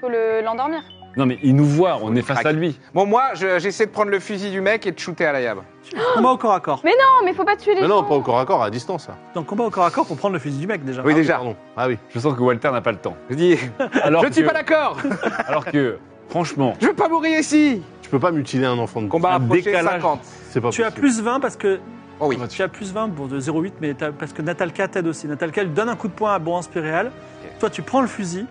E: faut le- l'endormir.
C: Non, mais il nous voit, on est face
F: craque.
C: à lui.
F: Bon, moi, je- j'essaie de prendre le fusil du mec et de shooter à la yab.
A: Combat au corps à corps.
E: Non, mais faut pas tuer les
B: Mais
E: gens.
B: non, pas encore accord, à distance. ça.
A: Donc combat au corps à corps pour prendre le fusil du mec déjà.
F: Oui, déjà.
B: Pardon. Ah oui.
C: Je sens que Walter n'a pas le temps.
F: Je dis,
C: Alors
F: je ne suis
C: que-
F: pas d'accord.
C: Alors que, franchement,
F: Je veux pas mourir ici.
B: Tu peux pas mutiler un enfant de.
F: Combat
C: Un
F: approché
C: décalage.
F: 50.
B: C'est pas
A: Tu as
B: possible.
A: plus 20 parce que
F: Oh oui.
A: tu as plus 20 bon, de 0,8 mais t'as- parce que Natalka t'aide aussi. Natalka lui donne un coup de poing à Boran Spiréal. Toi tu prends le fusil,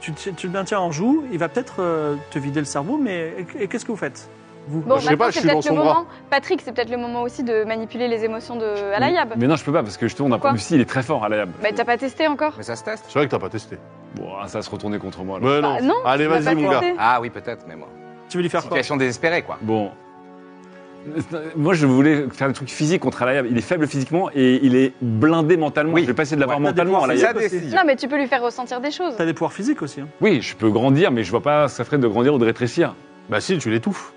A: tu, tu- tu le maintiens en joue, il va peut-être euh, te vider le cerveau mais et- et qu'est-ce que vous faites vous
E: Bon,
B: Je sais
E: maintenant,
B: pas, je
E: c'est
B: suis
E: peut-être
B: dans
E: le
B: son bras.
E: moment. Patrick, c'est peut-être le moment aussi de manipuler les émotions de
C: Mais-
E: Bah, Alayab.
C: Mais non, je peux pas parce que justement, d'un
E: Quoi
C: point de vue, si, il est très fort à l'ayab.
E: Bah, t'as pas testé encore
F: Mais ça se teste.
B: C'est vrai que t'as pas testé.
C: Bon, ah, ça va se retourner contre moi. là.
B: Mais
E: Bah, non,
B: non. Allez,
E: tu l'as
B: vas-y,
E: pas
B: mon gars.
E: testé.
F: Ah oui, peut-être, mais moi.
A: Tu veux lui faire quoi
F: Situation désespérée, quoi.
C: Bon. Moi, je voulais faire le truc physique contre Alayab. Il est faible physiquement et il est blindé mentalement.
F: Oui.
C: Je vais pas essayer de l'avoir
A: Ouais.
C: mentalement à
A: T'as des
F: Ça
C: Alayab.
A: pouvoirs physiques
F: décide.
E: Non, mais tu peux lui faire ressentir des choses.
A: T'as des pouvoirs physiques aussi. hein.
C: Oui, je peux grandir, mais je vois pas ce que ça ferait de grandir ou de rétrécir.
B: Bah si, tu l'étouffes.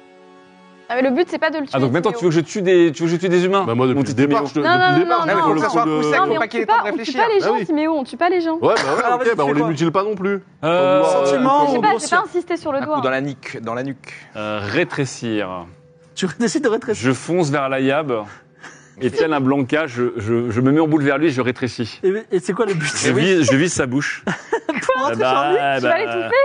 E: Ah, mais le but, c'est pas de le tuer.
C: Ah, donc maintenant,
E: Timéo.
C: tu veux que je tue des, tu veux que je tue des humains
B: Bah moi
C: Mon
B: depuis
C: petit
B: le départ,
C: Timéo.
B: je te.
E: Non,
B: depuis le
E: non,
B: départ,
E: non,
B: je te
E: non,
B: le
E: non,
B: coup
F: faut
B: de-
F: que ça
E: Non,
F: Faut
E: mais on
F: pas qu'il ait le
E: tue
F: temps
E: pas,
F: de
E: on tue
F: réfléchir.
E: pas les
B: Bah
E: gens,
B: oui.
E: Timéo, on tue pas les gens.
B: Ouais, bah
A: Alors, Ah,
B: voilà,
A: vas-y,
B: ok,
A: tu
B: bah on
A: fais
B: les
A: quoi
B: mutile pas non plus.
C: Euh,
A: Sentiment
E: Je sais
A: ou
E: pas, j'ai
A: grossière
E: pas insisté sur le
F: Un coup
E: doigt.
F: dans la nuque, dans la nuque.
C: euh, rétrécir.
A: Tu décides de rétrécir.
C: Je fonce vers Alayab. Et tel un Blanca, je, je- je me mets en boule vers lui, je rétrécis.
A: Et, et c'est quoi le but
C: Je Eh ben, vise, je vise sa bouche. Ah, bah,
A: Pour rentrer sur lui
E: Tu vas l'étouffer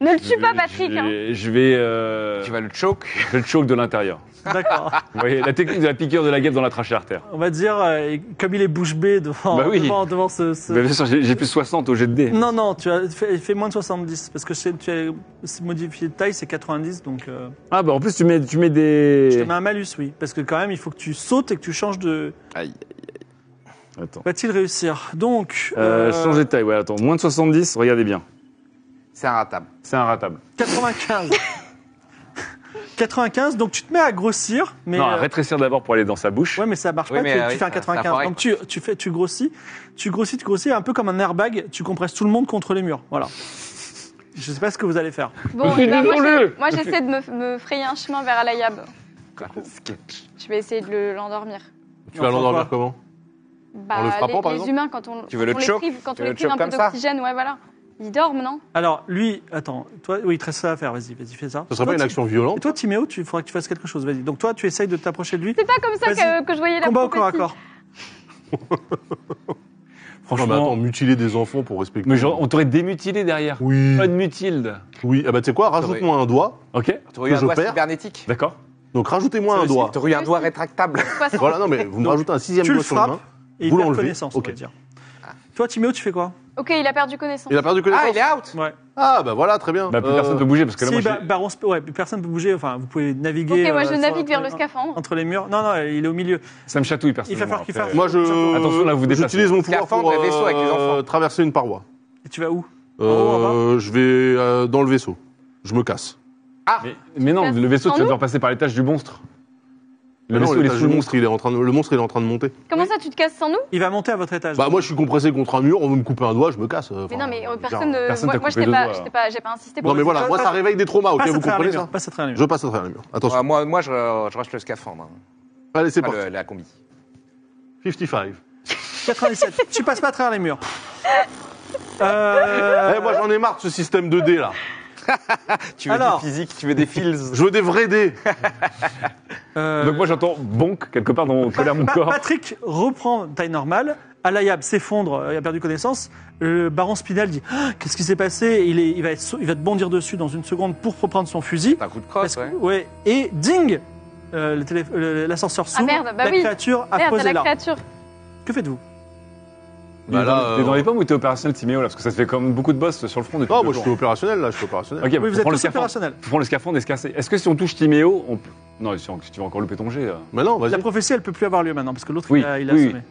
E: Ne le tue pas, Patrick.
C: Je,
E: hein.
C: je vais. euh,
F: Tu vas le choke.
C: Je le choke de l'intérieur.
A: D'accord.
C: Vous voyez, la technique de la piqûre de la guêpe dans la trachée artère.
A: On va dire, euh, et comme il est bouche bée devant,
C: Bah oui.
A: devant, devant ce. ce-
C: Mais bien sûr, j'ai j'ai plus 60 au jet de dés.
A: Non, non, tu as fait, fait moins de 70, parce que c'est- tu as c'est modifié de taille, c'est 90, donc euh,
C: Ah, bah en plus, tu mets, tu mets
A: je te
C: des.
A: mets un malus, oui. Parce que quand même, il faut que tu sautes et que tu changes de...
C: Attends.
A: Va-t-il réussir Donc,
C: Euh,
A: euh,
C: Changer de taille, ouais, attends. Moins de 70, regardez bien.
F: C'est un ratable.
C: C'est un ratable.
A: 95. 95, donc tu te mets à grossir, mais...
C: non, à
A: euh,
C: rétrécir d'abord pour aller dans sa bouche.
A: Ouais, mais ça marche
F: Oui,
A: pas,
F: mais,
A: tu,
F: euh,
A: tu
F: oui,
A: fais un
F: ça- ça
A: 95.
F: apparaît,
A: Donc tu, tu, fais, tu grossis, tu grossis, tu grossis, un peu comme un airbag, tu compresses tout le monde contre les murs. Voilà. Je sais pas ce que vous allez faire.
E: Bon,
C: Je
E: eh ben,
C: suis
E: moi,
C: désolé.
E: je- moi, j'essaie de me, me frayer un chemin vers Alayab.
F: Sketch.
E: Je vais essayer de le- l'endormir.
B: Tu vas l'endormir
A: Enfin,
B: comment
E: Bah,
B: En le frappant,
E: les,
B: par
E: les
B: exemple
E: humains, quand on,
F: Tu veux
E: quand
F: le
E: on les
F: choke
E: prive, quand
F: Tu
E: on
F: veux
E: les
F: le
E: prive un
F: choke
E: peu
F: comme ça
E: d'oxygène, ouais, voilà. Ils dorment, non
A: Alors, lui, attends, toi, oui, il te reste ça à faire, vas-y, vas-y, fais ça.
B: Ce serait
A: Toi,
B: pas une
A: tu-
B: action
A: Et
B: violente
A: toi, Timéo, tu faudrait que tu fasses quelque chose, vas-y. Donc toi, tu essayes de t'approcher de lui.
E: C'est pas comme ça
A: Vas-y.
E: que, que je voyais la
A: Combat au corps à
E: prophétie.
A: corps.
B: Non,
C: Franchement,
B: mais attends, mutiler des enfants pour respecter.
C: mais genre, on t'aurait démutilé derrière.
B: Oui,
C: Pas de mutilde.
B: oui. Ah bah tu sais quoi, rajoute-moi un doigt.
C: Ok,
F: T'aurais eu
B: Que
F: un
B: je
F: doigt
B: perds.
F: cybernétique.
C: d'accord.
B: Donc rajoutez-moi un doigt.
F: T'aurais eu un doigt rétractable.
E: 60.
B: Voilà, non mais vous me
A: Donc,
B: rajoutez un sixième
A: tu le
B: doigt sur la
A: frappes
B: main.
A: et il
B: Vous
A: perd
B: l'enlevez
A: connaissance,
B: Ok.
A: on va dire. Toi, Timéo, tu fais quoi
E: Ok, il a perdu connaissance.
B: Il a perdu
F: Ah,
B: connaissance
F: il est out
A: Ouais.
B: Ah bah voilà, très bien.
C: Bah, plus
B: Euh,
C: personne peut bouger parce que là,
A: Si,
C: moi,
A: bah,
C: j'ai-
A: Baron Sp- ouais, personne peut bouger, enfin, vous pouvez naviguer.
E: Ok, moi,
A: euh,
E: je
A: sur-
E: navigue vers
A: entre-
E: le scaphandre.
A: Entre les murs. Non, non, il est au milieu.
C: ça me chatouille
A: Il
C: personne.
A: va falloir qu'il fasse.
B: Moi, je.
C: Attention, là, vous dépassez.
B: J'utilise mon pouvoir
F: Scaphandre
B: pour
F: et vaisseau avec les
B: euh,
F: enfants. Ah,
B: traverser une paroi.
A: Et tu vas où
B: Euh,
F: bah.
A: En
B: je vais euh, dans le vaisseau. Je me casse.
C: Mais, mais non, le vaisseau, tu vas devoir passer par l'étage du monstre.
A: Ah
C: Le
B: Non,
C: vaisseau, il est
B: l'étage
C: sous
B: du
C: le monstre.
B: monstre, il est en train de, le monstre, il est en train de monter.
E: Comment ça, tu te casses sans nous
A: Il va monter à votre étage.
B: Bah, moi, je suis compressé contre un mur, on veut me couper un doigt, je me casse. euh,
E: Mais
B: enfin,
E: non, mais euh,
B: je veux dire,
E: personne ne.
C: personne
E: moi-
C: t'a
E: Moi, je
C: coupé
E: t'ai
C: le
E: pas,
C: doigt.
E: je t'ai pas, j'ai pas insisté pour
B: Non, mais
E: le-
B: voilà, moi, ça réveille des traumas, ok,
A: passe à
B: vous
A: travers les
B: comprenez
A: murs.
B: ça
A: Passe à travers les
B: Je
A: murs.
B: passe à travers le mur. Attention.
F: Ouais, Euh, moi, moi je, je rush le scaphandre. hein.
B: Allez, c'est
F: Pas
B: parti.
F: le- la combi.
B: 55.
A: 97. tu passes pas à travers les murs. Euh,
B: Eh, moi, j'en ai marre de ce système de dés, là.
F: Tu veux
A: Alors.
F: des physiques, tu veux des fils.
B: Je veux des vrais dés.
A: euh,
C: Donc moi, j'entends bonk quelque part dans colère mon
A: Pa-
C: corps.
A: Patrick reprend taille normale. Alayab s'effondre, euh, il a perdu connaissance. Le baron Spinal dit Ah, Qu'est-ce qui s'est passé il, est- il va être, sau- il va te bondir dessus dans une seconde pour reprendre son fusil.
F: T'as un coup de
A: Parce
F: crosse,
A: que- ouais.
F: ouais.
A: Et ding Euh, le télé- euh, L'ascenseur s'ouvre.
E: merde, bah
A: la
E: oui.
A: créature a
E: Merde,
A: posé
E: la
A: là.
E: créature.
A: Que faites-vous
C: Il est
B: Bah
C: dans-
B: là,
C: T'es dans
B: euh,
C: les pommes ou t'es opérationnel, Timéo, là Parce que ça te fait comme beaucoup de boss sur le front depuis
B: Non,
C: deux
B: moi, je
C: jours.
B: suis opérationnel, là, je suis opérationnel.
C: Ok,
A: Oui, vous
C: prends
A: êtes
C: le
A: tous
C: scaphandre.
A: opérationnel.
C: Tu prends le scaphandre et se casser. Est-ce que si on touche Timéo, on... peut- Non, si on- tu vas encore louper ton jet. euh.
B: Mais non, vas-y.
A: La prophétie, elle peut plus avoir lieu maintenant parce que l'autre,
C: Oui,
A: il a, il a
C: oui.
A: assommé.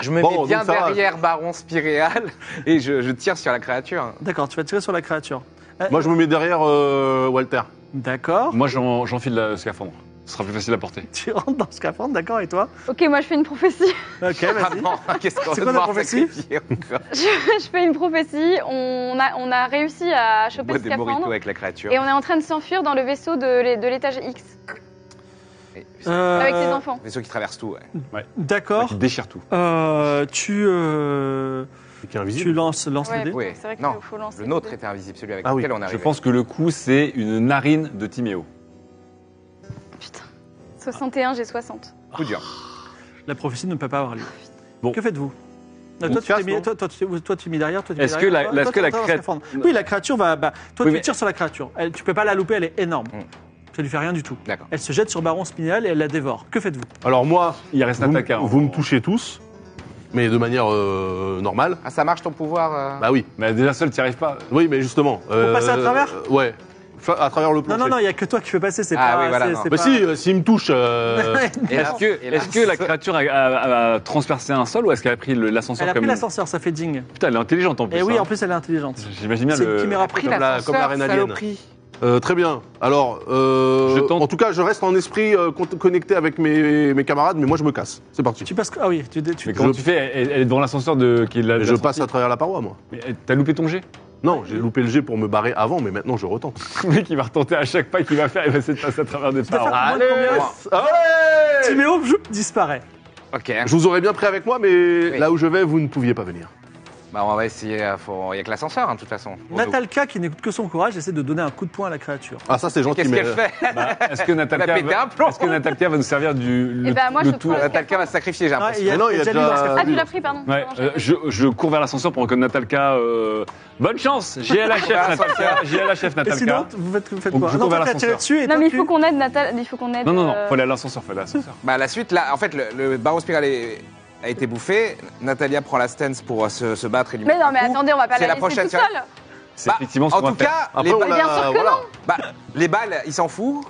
F: Je me
B: Bon,
F: mets
B: donc
F: bien
B: ça va.
F: derrière Baron Spiréal et je, je tire sur la créature.
A: D'accord, tu vas tirer sur la créature. Euh,
B: Moi, je me mets derrière euh, Walter.
A: D'accord.
C: Moi, j'en- j'enfile le scaphandre. Ce sera plus facile à porter.
A: Tu rentres dans ce scaphandre, d'accord, et toi
E: Ok, moi, je fais une prophétie.
A: Ok,
F: Ah
A: Eh, vas-y.
F: non, qu'est-ce qu'on
A: C'est quoi
F: va
A: ta
F: devoir
A: prophétie
F: sacrifier encore
E: Je, je fais une prophétie. On a, on a réussi à choper
F: Bois
E: le
F: des moritos
E: scaphandre.
F: avec la créature.
E: Et on est en train de s'enfuir dans le vaisseau de, l'é- de l'étage X
F: Et-
A: Euh,
E: avec ses enfants.
F: Vaisseau qui traverse tout, ouais.
A: D'accord.
C: Il déchire tout.
A: Euh, tu euh,
B: C'est qui est
A: tu
B: invisible.
A: lances lance
E: Ouais,
A: le dé.
F: Oui.
E: C'est vrai qu'il
F: Non,
E: faut lancer.
F: Le nôtre
E: des-
F: était invisible, celui avec
B: Ah oui,
F: lequel on
C: Je
F: arrivait.
C: pense que le coup, c'est une narine de Timéo.
E: Putain. 61, j'ai 60.
C: Ah.
F: Coup dur.
A: La prophétie ne peut pas avoir lieu.
C: Bon.
A: Que faites-vous Ah,
B: On
A: toi,
B: se
A: tu t'es
B: casse,
A: mis,
B: non
A: toi, toi, tu t'es- toi, tu t'es mis derrière, toi tu t'es mis
C: Est-ce que
A: derrière, toi,
C: la- est-ce
A: toi,
C: que
A: tu
C: la
A: rentres dans
C: crête-
A: le scaphandre. Oui, la créature va. Bah, toi,
C: Oui,
A: tu
C: mais-
A: tires sur la créature. Elle, tu peux pas la louper, elle est énorme.
F: Mm.
A: Ça lui fait rien du tout.
F: D'accord.
A: Elle se jette sur Baron Spinal et elle la dévore. Que faites-vous
B: Alors, moi,
C: Il reste
B: vous,
C: un
B: me-
C: taquin.
B: vous me touchez tous, mais de manière euh, normale.
F: Ah, ça marche ton pouvoir euh
B: Bah oui,
C: Mais déjà seul, t'y arrives pas.
B: oui, mais justement.
A: passer à travers
B: euh, Ouais, Fa- à travers le plancher.
A: Non, non, non, il y a que toi qui peux passer. C'est
F: Ah
A: pas.
F: oui, voilà,
A: c'est-
F: non.
A: c'est
B: Bah
A: pas-
B: si, euh, s'il me touche, euh,
F: Et là-
C: Est-ce que,
F: et là-
C: est-ce que la créature a, a- a transpercé un sol ou est-ce qu'elle a pris le- l'ascenseur
A: elle a
C: comme
A: pris l'ascenseur, ça fait ding.
C: Putain, elle est intelligente en plus.
A: Et oui,
C: hein.
A: en plus, elle est intelligente.
C: J'imagine bien
A: C'est une
C: le.
A: chimère
B: comme la, comme la reine alien.
F: Saloperie.
B: Euh, très bien. Alors, euh,
C: Je tente.
B: en tout cas, je reste en esprit euh, con- connecté avec mes, mes camarades, mais moi, je me casse. C'est parti.
A: Tu passes. Ah oui, tu. tu-
C: Mais comment
B: Je-
C: tu fais Elle, elle est devant l'ascenseur de qui est là.
B: Mais je passe à travers la paroi, moi.
C: T'as loupé ton jet
B: Non, j'ai loupé le jet pour me barrer avant, mais maintenant, je retente.
C: Le mec, il va retenter à chaque pas qu'il va faire, il va essayer de passer à travers des
A: peux faire
C: parois.
A: Ah, Allez, combien
B: allez
A: Timéo joup, disparaît.
F: Ok.
B: Je vous aurais bien pris avec moi, mais
F: Oui.
B: là où je vais, vous ne pouviez pas venir.
F: Bah, on va essayer. euh, faut- Il n'y a que l'ascenseur, hein, de toute façon. pour nous.
A: Natalka, qui n'écoute que son courage, essaie de donner un coup de poing à la créature.
B: Ah, ça, c'est gentil,
F: Qu'est-ce
B: mais.
F: qu'elle fait
C: Bah, Est-ce que Natalka
F: pété un plomb.
C: va, est-ce que Natalka va nous servir du le,
E: Eh ben, moi,
C: le
E: je
C: tout
E: prends-
F: Natalka Euh, va se sacrifier, j'ai l'impression.
A: Ah, il y
B: Mais non, il y a
A: Jalil
B: déjà-
A: Barska.
E: Ah, tu l'as pris, pardon.
C: Ouais,
E: Pardon,
C: euh,
E: j'ai-
C: je, je cours vers l'ascenseur pour que Natalka. euh, Bonne chance J'ai à la chef, Natalka J'ai à la chef,
A: Et sinon,
C: Natalka
A: vous faites, vous faites
C: Donc,
A: quoi
C: je
A: Non,
C: cours
A: toi,
C: vers
A: tu l'as tiré
C: l'ascenseur.
A: dessus et
E: Non,
A: toi,
E: mais il
A: tu-
E: faut qu'on aide Natal. Il faut qu'on aide.
C: Non, non, non,
E: euh,
C: faut aller à l'ascenseur, faut aller à l'ascenseur.
F: Bah, la suite, là, en fait, le, le baron spiral est- a été bouffé. Natalia prend la stance pour euh, se, se battre et lui
E: Mais
F: mettre
E: non,
F: un
E: mais
F: coup.
E: attendez, on va pas
F: C'est
E: la
F: la
E: laisser
F: prochaine
E: toute seule.
C: C'est
F: Bah,
C: effectivement ce
F: en
C: qu'on
F: tout
C: va faire.
F: cas,
B: Après,
F: les,
B: on
F: balles-
B: a-
E: bien sûr que
B: voilà.
E: non.
F: bah, les balles, il s'en fout.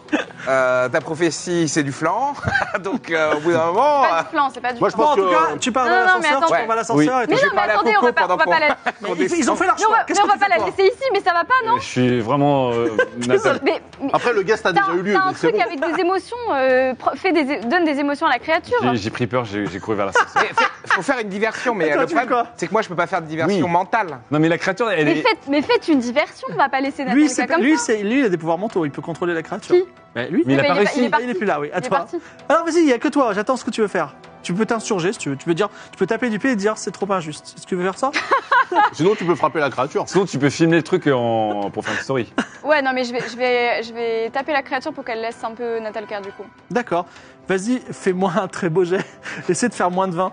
F: Euh, ta prophétie, c'est du flan. Donc, euh, au bout d'un moment.
E: Pas
F: euh,
A: Bah,
E: du plan, c'est pas du
B: Moi, je
A: Bon,
E: plan.
A: en tout
B: que-
A: cas, tu pars
E: Non,
A: vers
E: non, mais
A: l'ascenseur, tu
E: attends.
A: pars vers l'ascenseur et
E: Mais
A: tu-
E: non, mais
F: parler à
E: attendez, on
F: Coco
E: va pas, on
F: pendant
E: va
F: qu'on-
E: pas la.
F: qu'on
A: Ils- Ils ont
F: euh, descend.
A: fait leur
E: Mais on
A: choix.
E: va,
A: Qu'est-ce
E: mais
A: que
E: on va
A: tu
E: pas
A: fais,
E: la
A: toi
E: laisser ici, mais ça va pas, non
C: Je suis vraiment. euh, Natal-
E: mais, mais
B: Après, le geste a
E: t'as
B: déjà eu lieu,
E: t'as un
B: donc c'est
E: truc
B: bon.
E: avec des émotions, euh, pro- fais des, é- donne des émotions à la créature.
C: j'ai- J'ai pris peur, j'ai j'ai couru vers l'ascenseur.
F: Mais fait- faut faire une diversion, mais
A: Attends,
F: le
A: tu fais
F: problème,
A: quoi
F: c'est que moi, je peux pas faire de diversion
C: Oui.
F: mentale.
C: Non, mais la créature, elle
E: Mais
C: est.
E: faites, mais faites une diversion, on va pas laisser
A: Lui,
E: Natalka
A: c'est
E: comme
A: lui,
E: ça.
A: c'est lui, il a des pouvoirs mentaux, il peut contrôler la créature.
E: Qui
A: Bah, lui.
C: Mais il
E: Mais
C: a pas
E: il est pas-
C: réussi.
E: il est pas-
A: Ah, il est plus là, oui. À
E: Il est
A: toi.
E: parti.
A: Alors vas-y, il y a que toi. J'attends ce que tu veux faire. Tu peux t'insurger si tu veux. Tu peux dire, tu peux taper du pied et dire c'est trop injuste. Est-ce que tu veux faire ça
B: Sinon, tu peux frapper la créature.
C: Sinon, tu peux filmer le truc en... pour faire une story.
E: Ouais, non, mais je vais, je vais, je vais taper la créature pour qu'elle laisse un peu Natalka du coup.
A: D'accord. Vas-y, fais-moi un très beau jet. Essaie de faire moins de 20.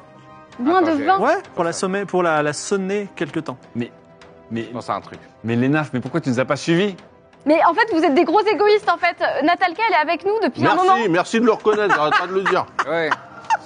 E: Moins
F: Attends,
E: de
F: j'ai-
E: 20.
A: Ouais, pour la sommer, pour la, la sonner quelque temps.
C: Mais,
F: Non, c'est un truc.
C: mais Lénaf, mais pourquoi tu nous as pas suivis
E: Mais en fait, vous êtes des gros égoïstes en fait. Euh, Natalka, elle est avec nous depuis un moment.
B: Merci, merci de le reconnaître, j'arrête pas de le dire.
F: Ouais.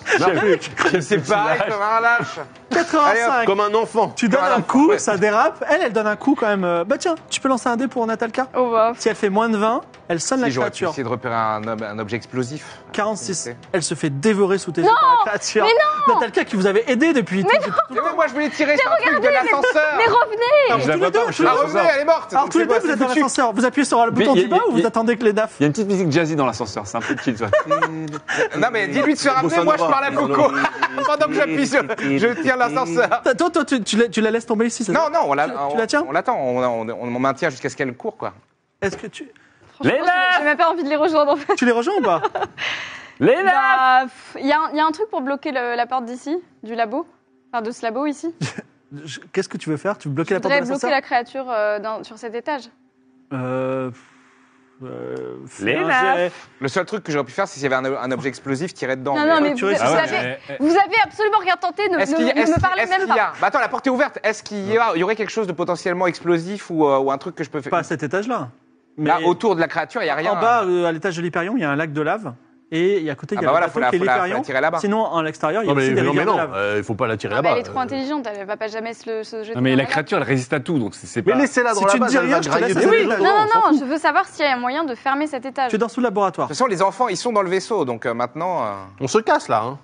B: Merci.
C: C'est
F: Pareil, comme un lâche.
A: 85.
B: Comme un enfant.
A: Tu donnes
F: Voilà.
A: un coup,
F: Ouais.
A: ça dérape. Elle, elle donne un coup quand même. euh, Bah tiens, tu peux lancer un dé pour Natalka.
E: Oh, bah.
A: Si elle fait moins de 20, elle sonne la
F: Si j'aurais pu
A: créature.
F: essayer de repérer un, ob- un objet explosif.
A: 46.
F: Ok.
A: Elle se fait dévorer sous tes yeux par la créature.
E: mais non
A: Natalka qui vous avait aidé depuis. depuis tout le
F: Mais oui,
A: temps.
F: moi, je voulais tirer sur un truc de l'ascenseur.
E: Mais revenez
C: Je la
A: tous
C: vois
A: les deux,
C: pas, je
A: tous
C: suis
A: les
F: Ah,
A: deux.
C: dans
F: revenez,
C: l'ascenseur.
F: elle est morte.
A: Alors
F: Donc,
A: tous les
F: c'est bon,
A: deux, vous
F: c'est
A: êtes dans
F: foutu.
A: l'ascenseur. Vous appuyez sur le
C: Mais
A: bouton
C: y a-
A: du bas
C: y a-
A: ou vous
C: y a-
A: attendez que les DAF
C: Il y a une petite musique jazzy dans l'ascenseur, c'est un peu chill, ça.
F: Non, mais dis-lui de se ramener,
B: Bossa
F: moi, je
B: Nova.
F: parle à Coco. Pendant que j'appuie sur. Je tire l'ascenseur.
A: Toi, toi, toi, tu, tu la, tu la laisses tomber ici, c'est
F: Non,
A: ça
F: non, on la,
A: Tu- tu
F: on,
A: la tiens
F: on l'attend, on, on, on, maintient jusqu'à ce qu'elle court, quoi.
A: Est-ce que tu,
E: Franchement, J'ai j'ai même pas envie de les rejoindre en fait.
A: tu les rejoins ou pas
C: Lénaf
E: Bah, pff, Il y, a un- il y a un truc pour bloquer le- la porte d'ici, du labo. Enfin, de ce labo ici.
A: Je- Qu'est-ce que tu veux faire Tu veux bloquer
E: Je
A: la porte de
E: voudrais bloquer
A: l'ascenseur
E: la créature euh, dans- sur cet étage.
A: Euh, euh, fais
C: Les
A: un
C: DAF.
A: jet.
F: Le seul truc que j'aurais pu faire, c'est s'il y avait un, un objet explosif tiré dedans. euh,
E: Non, non, mais
A: tu
E: vous,
A: risques-
E: vous
A: Ah ouais,
E: avez,
C: mais- eh,
E: vous avez absolument rien tenté, ne,
F: Est-ce
E: ne-
F: qu'il y,
E: ne
F: est
E: me parlez même
F: y
E: pas.
F: a. Bah, attends, la porte est ouverte. Est-ce qu'il y, a- il y aurait quelque chose de potentiellement explosif ou, euh, ou un truc que je peux faire
A: Pas à cet étage-là. Mais
F: Là, autour de la créature, il n'y a rien.
A: en bas, euh, à l'étage de l'Hyperion, il y a un lac de lave. Et il y a à côté, il
F: hein. Ah
A: y a
F: bah voilà,
A: le
F: faut
A: bateau
F: la,
A: qui est
F: faut la, faut la
A: l'Hyperion.
F: tirer là-bas.
A: Sinon, à l'extérieur, il y a
B: Non,
A: aussi
B: mais
A: des
B: non, mais
A: rivières de
B: non,
A: lave.
B: euh, il faut pas la tirer
E: Ah, mais
B: là-bas.
E: elle est trop
B: Euh,
E: intelligente, elle va pas jamais se, le, se jeter.
C: bah, Non, mais
E: dans
C: la
E: la
C: créature, elle résiste à tout, donc c'est- c'est
B: Mais
C: pas.
B: laissez-la
A: Si tu
B: dans la
A: dis
B: base, elle
A: rien,
B: va
A: je te
B: grailler
A: laisse
B: dedans.
A: aller
B: Oui,
A: là-dedans.
E: Non,
B: on
E: non,
B: s'en
E: non, je
B: fout.
E: veux savoir s'il y a moyen de fermer cet étage.
A: Tu es dans sous le laboratoire.
F: De toute façon, les enfants, ils sont dans le vaisseau, donc euh, maintenant. euh,
B: On se casse là. hein.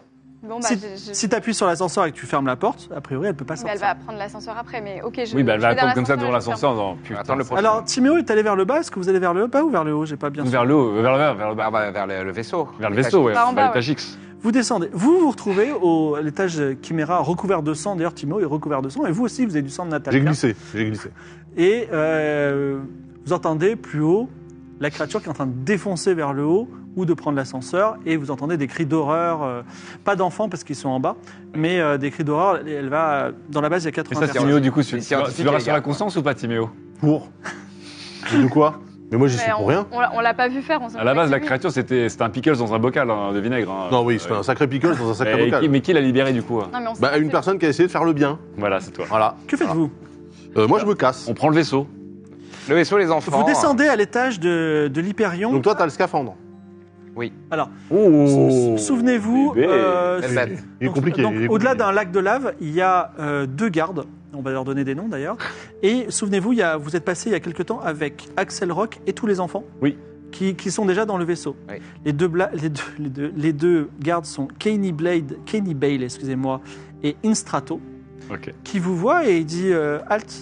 E: Bon, bah,
A: si
E: je- je-
A: tu appuies sur l'ascenseur et que tu fermes la porte, a priori, elle peut pas
E: mais elle
A: sortir.
E: va prendre l'ascenseur après, mais ok, je
C: Oui, bah,
E: je
C: elle va
E: vais dans
C: attendre comme ça
E: l'ascenseur
C: devant
E: et je ferme.
C: l'ascenseur. en disant, Putain,
F: Attends, le prochain.
A: Alors, Timéo est allé vers le bas. Est-ce que vous allez vers le bas ou vers le haut J'ai pas bien
C: vers le haut, vers le vers, vers le bas.
F: vers, ah bah, vers- vers le, le vaisseau.
C: Vers le vaisseau, ouais,
E: Par en
C: vers
E: bas,
C: l'étage X.
A: Vous descendez. Vous vous retrouvez au, à l'étage Chimera recouvert de sang. D'ailleurs, Timo est recouvert de sang. Et vous aussi, vous avez du sang de Natalka.
B: J'ai glissé, j'ai glissé.
A: Et euh, vous entendez plus haut la créature qui est en train de défoncer vers le haut ou de prendre l'ascenseur. Et vous entendez des cris d'horreur. euh, pas d'enfants parce qu'ils sont en bas, mais euh, des cris d'horreur. Elle- Elle va euh, dans la base, il y a
C: Et
A: 80
C: ça,
A: personnes.
C: Timéo, du coup,
F: les
C: tu tu
F: scientifiques,
C: l'auras
F: les
C: sur la
F: gars.
C: conscience ou pas, Timéo
B: Pour De quoi Mais moi, j'y suis
E: Mais
B: pour
E: on-
B: rien.
E: On, l'a- on l'a pas vu faire, on s'en
C: À la base, la
E: fout.
C: créature, c'était c'était un pickles dans un bocal hein, de vinaigre. hein.
B: Non, oui,
C: Euh,
B: c'est un sacré pickle dans un sacré
C: mais, qui,
B: bocal.
C: mais qui l'a libéré, du coup hein
E: Non, mais on s'en
B: Bah, une
E: fout.
B: personne qui a essayé de faire le bien.
C: Voilà, c'est toi.
B: Voilà.
A: Que faites-vous
B: Euh, moi, je me casse.
C: On prend le vaisseau.
F: Le vaisseau, les
C: Ah.
F: enfants.
A: Vous descendez à l'étage de, de l'Hyperion.
B: Donc toi, t'as le scaphandre.
C: Oh
A: Souvenez-vous,
C: bébé.
A: euh,
F: Belle
A: sou-
F: bête.
B: Il est
A: Donc,
B: compliqué.
A: donc,
B: il est
A: Au-delà
B: compliqué.
A: d'un lac de lave, il y a euh, deux gardes. On va leur donner des noms d'ailleurs. Et souvenez-vous, il y a- vous êtes passé il y a quelque temps avec Axel Rock et tous les enfants.
C: Oui.
A: Qui, qui sont déjà dans le vaisseau.
F: Oui.
A: Les, deux bla- les, deux, les, deux, les deux gardes sont Kenny Blade, Kenny Bale, excusez-moi, et Instrato,
C: Ok.
A: qui vous voient et il dit euh, Halt.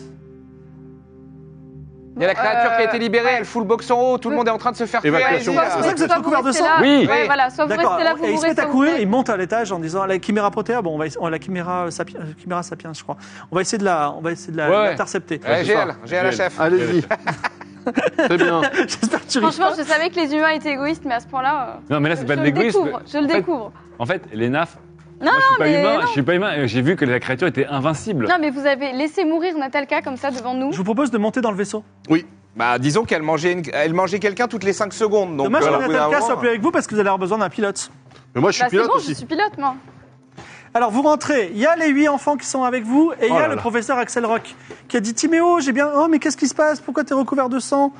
F: Il y a la
E: Bon,
F: créature qui a
E: euh,
F: été libérée, elle fout le box en haut, tout le monde est en train de se faire tuer.
B: Évacuation.
F: allez-y,
E: Soit
F: là.
A: C'est pour ça que vous êtes
E: soit
A: recouvert de
E: restez
A: sang.
E: là,
C: Oui.
E: ouais,
F: Oui.
E: voilà, soit vous restez là, vous
A: et
E: vous
A: ils se mettent
E: restez
A: à
E: au
A: courir,
E: frais.
A: ils montent à l'étage en disant la Chimera Protea, bon, on va essa- on a la Chimera euh, Sapi- euh, Chimera Sapiens, je crois. On va essayer de la, on va essayer de la,
C: Ouais, ouais.
A: l'intercepter.
F: Ouais,
C: c'est ça.
F: GL, GL la chef.
B: Allez-y. Très bien.
A: J'espère que tu ris.
E: Franchement, je savais que les humains étaient égoïstes, mais à ce point-là, euh,
C: Non, mais là, c'est
E: je
C: pas de
E: le
C: l'égoïsme.
E: découvre, je le
C: En fait,
E: découvre.
C: En fait, les nafs,
E: Non,
C: Moi, je suis pas
E: mais
C: humain,
E: non.
C: je suis pas humain. Euh, J'ai vu que la créature était invincible.
E: Non, mais vous avez laissé mourir Natalka comme ça devant nous.
A: Je vous propose de monter dans le vaisseau.
F: Bah, disons qu'elle mangeait, une- elle mangeait quelqu'un toutes les 5 secondes. Donc,
A: Dommage
F: euh,
A: que
F: au bout d'un
A: Natalka
F: moment-
A: soit plus avec vous parce que vous allez avoir besoin d'un pilote.
B: Mais moi, je suis
E: Bah, c'est
B: pilote
E: bon, je
B: aussi.
E: suis pilote, moi.
A: Alors vous rentrez, il y a les huit enfants qui sont avec vous et il y
C: Oh
A: a
C: là
A: le
C: là.
A: professeur Axel Rock qui a dit Timéo, j'ai bien. Oh mais qu'est-ce qui se passe Pourquoi t'es recouvert de sang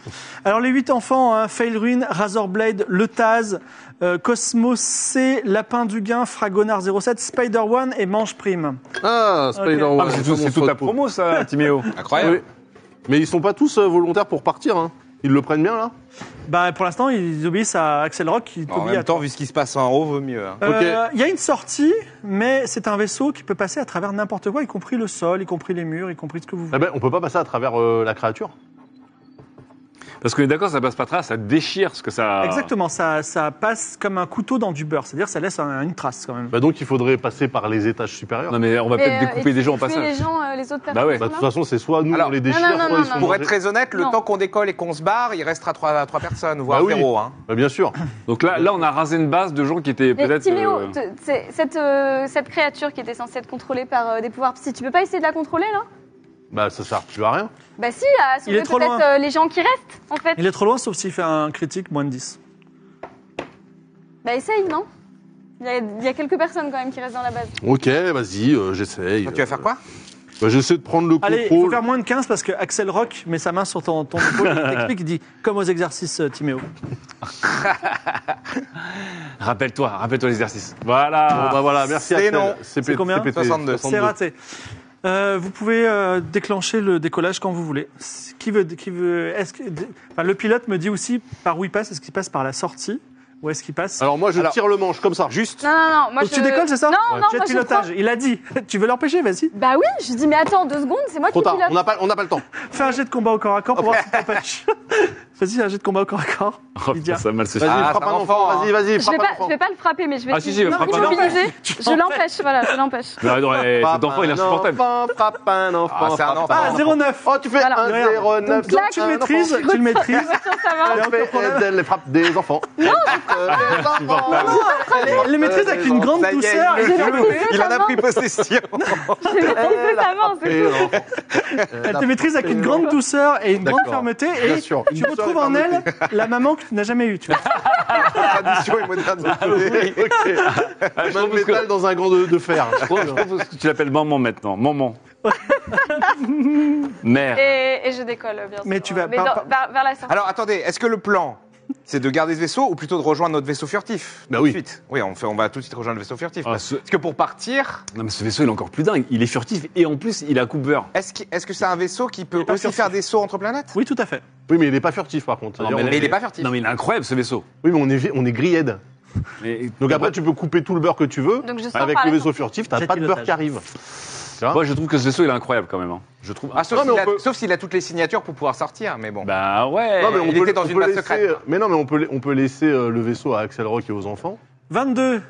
A: Alors les huit enfants, hein, Fail Ruin, Razorblade, Le Taz, euh, Cosmos C, Lapin du Gain, Fragonard 07, Spider One et Manche Prime.
B: Ah, Spider-Man.
C: Ah, mais c'est tout- c'est toute la promo, ça, Timéo.
F: euh, Incroyable.
B: Mais ils sont pas tous euh, volontaires pour partir. Hein. Ils le prennent bien, là
A: Bah pour l'instant ils obéissent à Axel Rock qui
F: En
A: t'obéit à
F: même temps, vu ce qui se passe en haut, vaut mieux. hein.
A: Euh, Il y a une sortie, mais c'est un vaisseau qui peut passer à travers n'importe quoi, y compris le sol, y compris les murs, y compris ce que vous voulez.
B: Eh ben, on peut pas passer à travers euh, la créature.
C: Parce qu'on est d'accord, ça passe pas trace, ça déchire ce que ça.
A: Exactement, ça, ça passe comme un couteau dans du beurre, c'est-à-dire ça laisse un- une trace quand même.
B: Bah, donc, il faudrait passer par les étages supérieurs.
C: Non, mais on va
E: Mais,
C: peut-être
E: euh,
C: découper
E: et
C: des gens en
E: tuer les
C: passage.
E: gens, euh, les autres personnes.
C: Bah ouais.
B: Bah, de
E: là
B: toute façon, c'est soit nous,
F: Alors,
B: on les déchire,
E: non, non,
B: soit
E: non,
B: ils sont
E: non.
F: Pour
B: mangés.
F: être très honnête, le
E: Non.
F: temps qu'on décolle et qu'on se barre, il restera trois, euh, trois personnes, voire
B: Bah oui.
F: zéro. hein.
B: Bah, bien sûr.
C: Donc là, là, on a rasé une base de gens qui étaient
E: Mais
C: peut-être.
E: Timéo,
C: euh,
E: te- c'est- cette, euh, cette créature qui était censée être contrôlée par euh, des pouvoirs psy, tu peux pas essayer de la contrôler là
B: Bah, ça sert plus à rien.
E: Bah si, à sauver
A: est trop
E: peut-être
A: loin.
E: euh, les gens qui restent en fait.
A: Il est trop loin, sauf s'il fait un critique moins de 10.
E: Bah essaye, non il y, a, il y a quelques personnes quand même qui restent dans la base.
B: Ok, vas-y, euh, j'essaye.
F: Tu vas faire quoi
B: Bah, J'essaie de prendre le
A: Allez, il faut
B: contrôle.
A: faire moins de 15 parce que Axel Rock met sa main sur ton, ton épaule, il t'explique, il dit comme aux exercices euh, Timéo.
C: Rappelle-toi, rappelle-toi l'exercice. Voilà.
B: Bon, bah, voilà, merci
F: C'est
B: à
F: non.
B: C'est
A: C'est combien
F: 62.
A: C'est raté. Euh, vous pouvez euh, déclencher le décollage quand vous voulez. C- Qui veut, qui veut, est-ce que, enfin, le pilote me dit aussi par où il passe. Est-ce qu'il passe par la sortie ou est-ce qu'il passe
B: Alors, moi, je
F: Alors-
B: tire le manche comme ça.
F: Juste.
E: Non, non, non. Ah. Moi,
A: Donc
E: je...
A: tu décolles, c'est ça
E: Non, non,
A: Jet
E: moi je
A: pilotage.
E: prends-
A: Il a dit. tu veux l'empêcher Vas-y.
E: Bah oui, je dis mais attends deux secondes, c'est moi
B: Trop
E: qui
B: tard,
E: pilote.
B: on n'a pas, on n'a pas le temps.
A: Fais un jet de combat au corps à corps pour voir si t'empêches. Vas-y, fais un jet de combat au corps à corps.
C: Oh,
A: Lydia.
C: putain, ça a mal se
B: Vas-y,
F: Ah,
B: frappe
F: c'est
B: un
F: un
B: enfant,
F: enfant,
B: vas-y, vas-y,
E: Je vais
B: frappe
E: pas,
B: un
E: je
B: enfant.
E: vais pas le frapper, mais je vais
C: Ah, si, si,
E: Non,
C: frappe
E: je
C: un
E: vais
C: enfant.
E: l'immobiliser.
A: Tu
E: Je l'empêche, voilà, je l'empêche.
C: Non, non, eh,
B: Frappe
C: cet enfant, il est
B: un
C: insupportable.
B: enfant, frappe un enfant,
F: Ah, c'est un
B: frappe
F: enfant.
A: Ah,
F: Pardon.
A: 09
B: Oh, tu fais
E: Voilà.
B: un
A: Regarde.
B: 0 9
A: Donc là, tu le maîtrises, tu le maîtrises.
E: Ça va.
A: Là,
B: Elle
A: aucun
B: fait
A: problème.
B: elle, elle frappe des enfants.
E: Ah,
B: Non,
F: Ah,
A: Elle les maîtrise avec une grande
F: Ça y est,
A: douceur.
F: il,
E: J'ai
F: le
E: maîtrisé
F: joue. Il en a
E: sa
F: pris possession.
E: J'ai maîtrisé sa main, c'est
B: euh,
E: tout.
A: Elle te maîtrise avec une grande douceur et une grande
B: D'accord.
A: fermeté.
B: Bien
A: Et
B: sûr.
A: tu retrouves en elle la maman que tu n'as jamais eue. tu vois.
F: Tradition et Ah, modernité.
B: Main
C: trouve
B: de
C: que-
B: métal dans un gant de, de fer.
C: Je pense que tu l'appelles maman maintenant. Maman. Mère.
E: Et, et je décolle, bien sûr.
A: Mais tu vas
E: Mais
A: par-
E: dans-
A: par-
E: vers, vers la sortie.
F: Alors attendez, est-ce que le plan, c'est de garder ce vaisseau ou plutôt de rejoindre notre vaisseau furtif
B: Bah oui.
F: Tout de suite. Oui, on, fait, on va tout de suite rejoindre le vaisseau furtif.
C: Ah,
F: parce
C: ce-
F: que pour partir,
C: Non, mais ce vaisseau, il est encore plus dingue. Il est furtif et en plus, il a Cooper.
F: est-ce qu'il- est-ce que c'est un vaisseau qui peut
A: pas
F: aussi
A: furtif.
F: faire des sauts entre planètes
A: Oui, tout à fait.
B: Oui, mais il est pas furtif par contre.
C: Non,
B: C'est-à-dire,
F: mais
B: on-
F: il est pas furtif.
C: Non, mais il est incroyable, ce vaisseau.
B: Oui, mais on est, on est grilled.
C: Mais-
B: Donc après, tu peux couper tout le beurre que tu veux.
E: Donc, je sors
B: Avec
E: par
B: le
E: la
B: vaisseau furtif, t'as
A: Jette
B: pas de beurre
A: pilotage.
B: qui arrive.
C: Moi, je trouve que ce vaisseau, il est incroyable quand même. hein. Je trouve.
F: Ah, sauf
B: Non, mais
F: s'il
B: on
F: a-
B: peut-
F: sauf s'il a, toutes les signatures pour pouvoir sortir, mais bon.
C: Bah ouais.
B: Non, mais
F: Eh, il était dans une base
B: laisser- euh,
F: secrète.
B: Mais non, mais on peut, la- on peut laisser euh, le vaisseau à Axel Rock et aux enfants.
A: 22.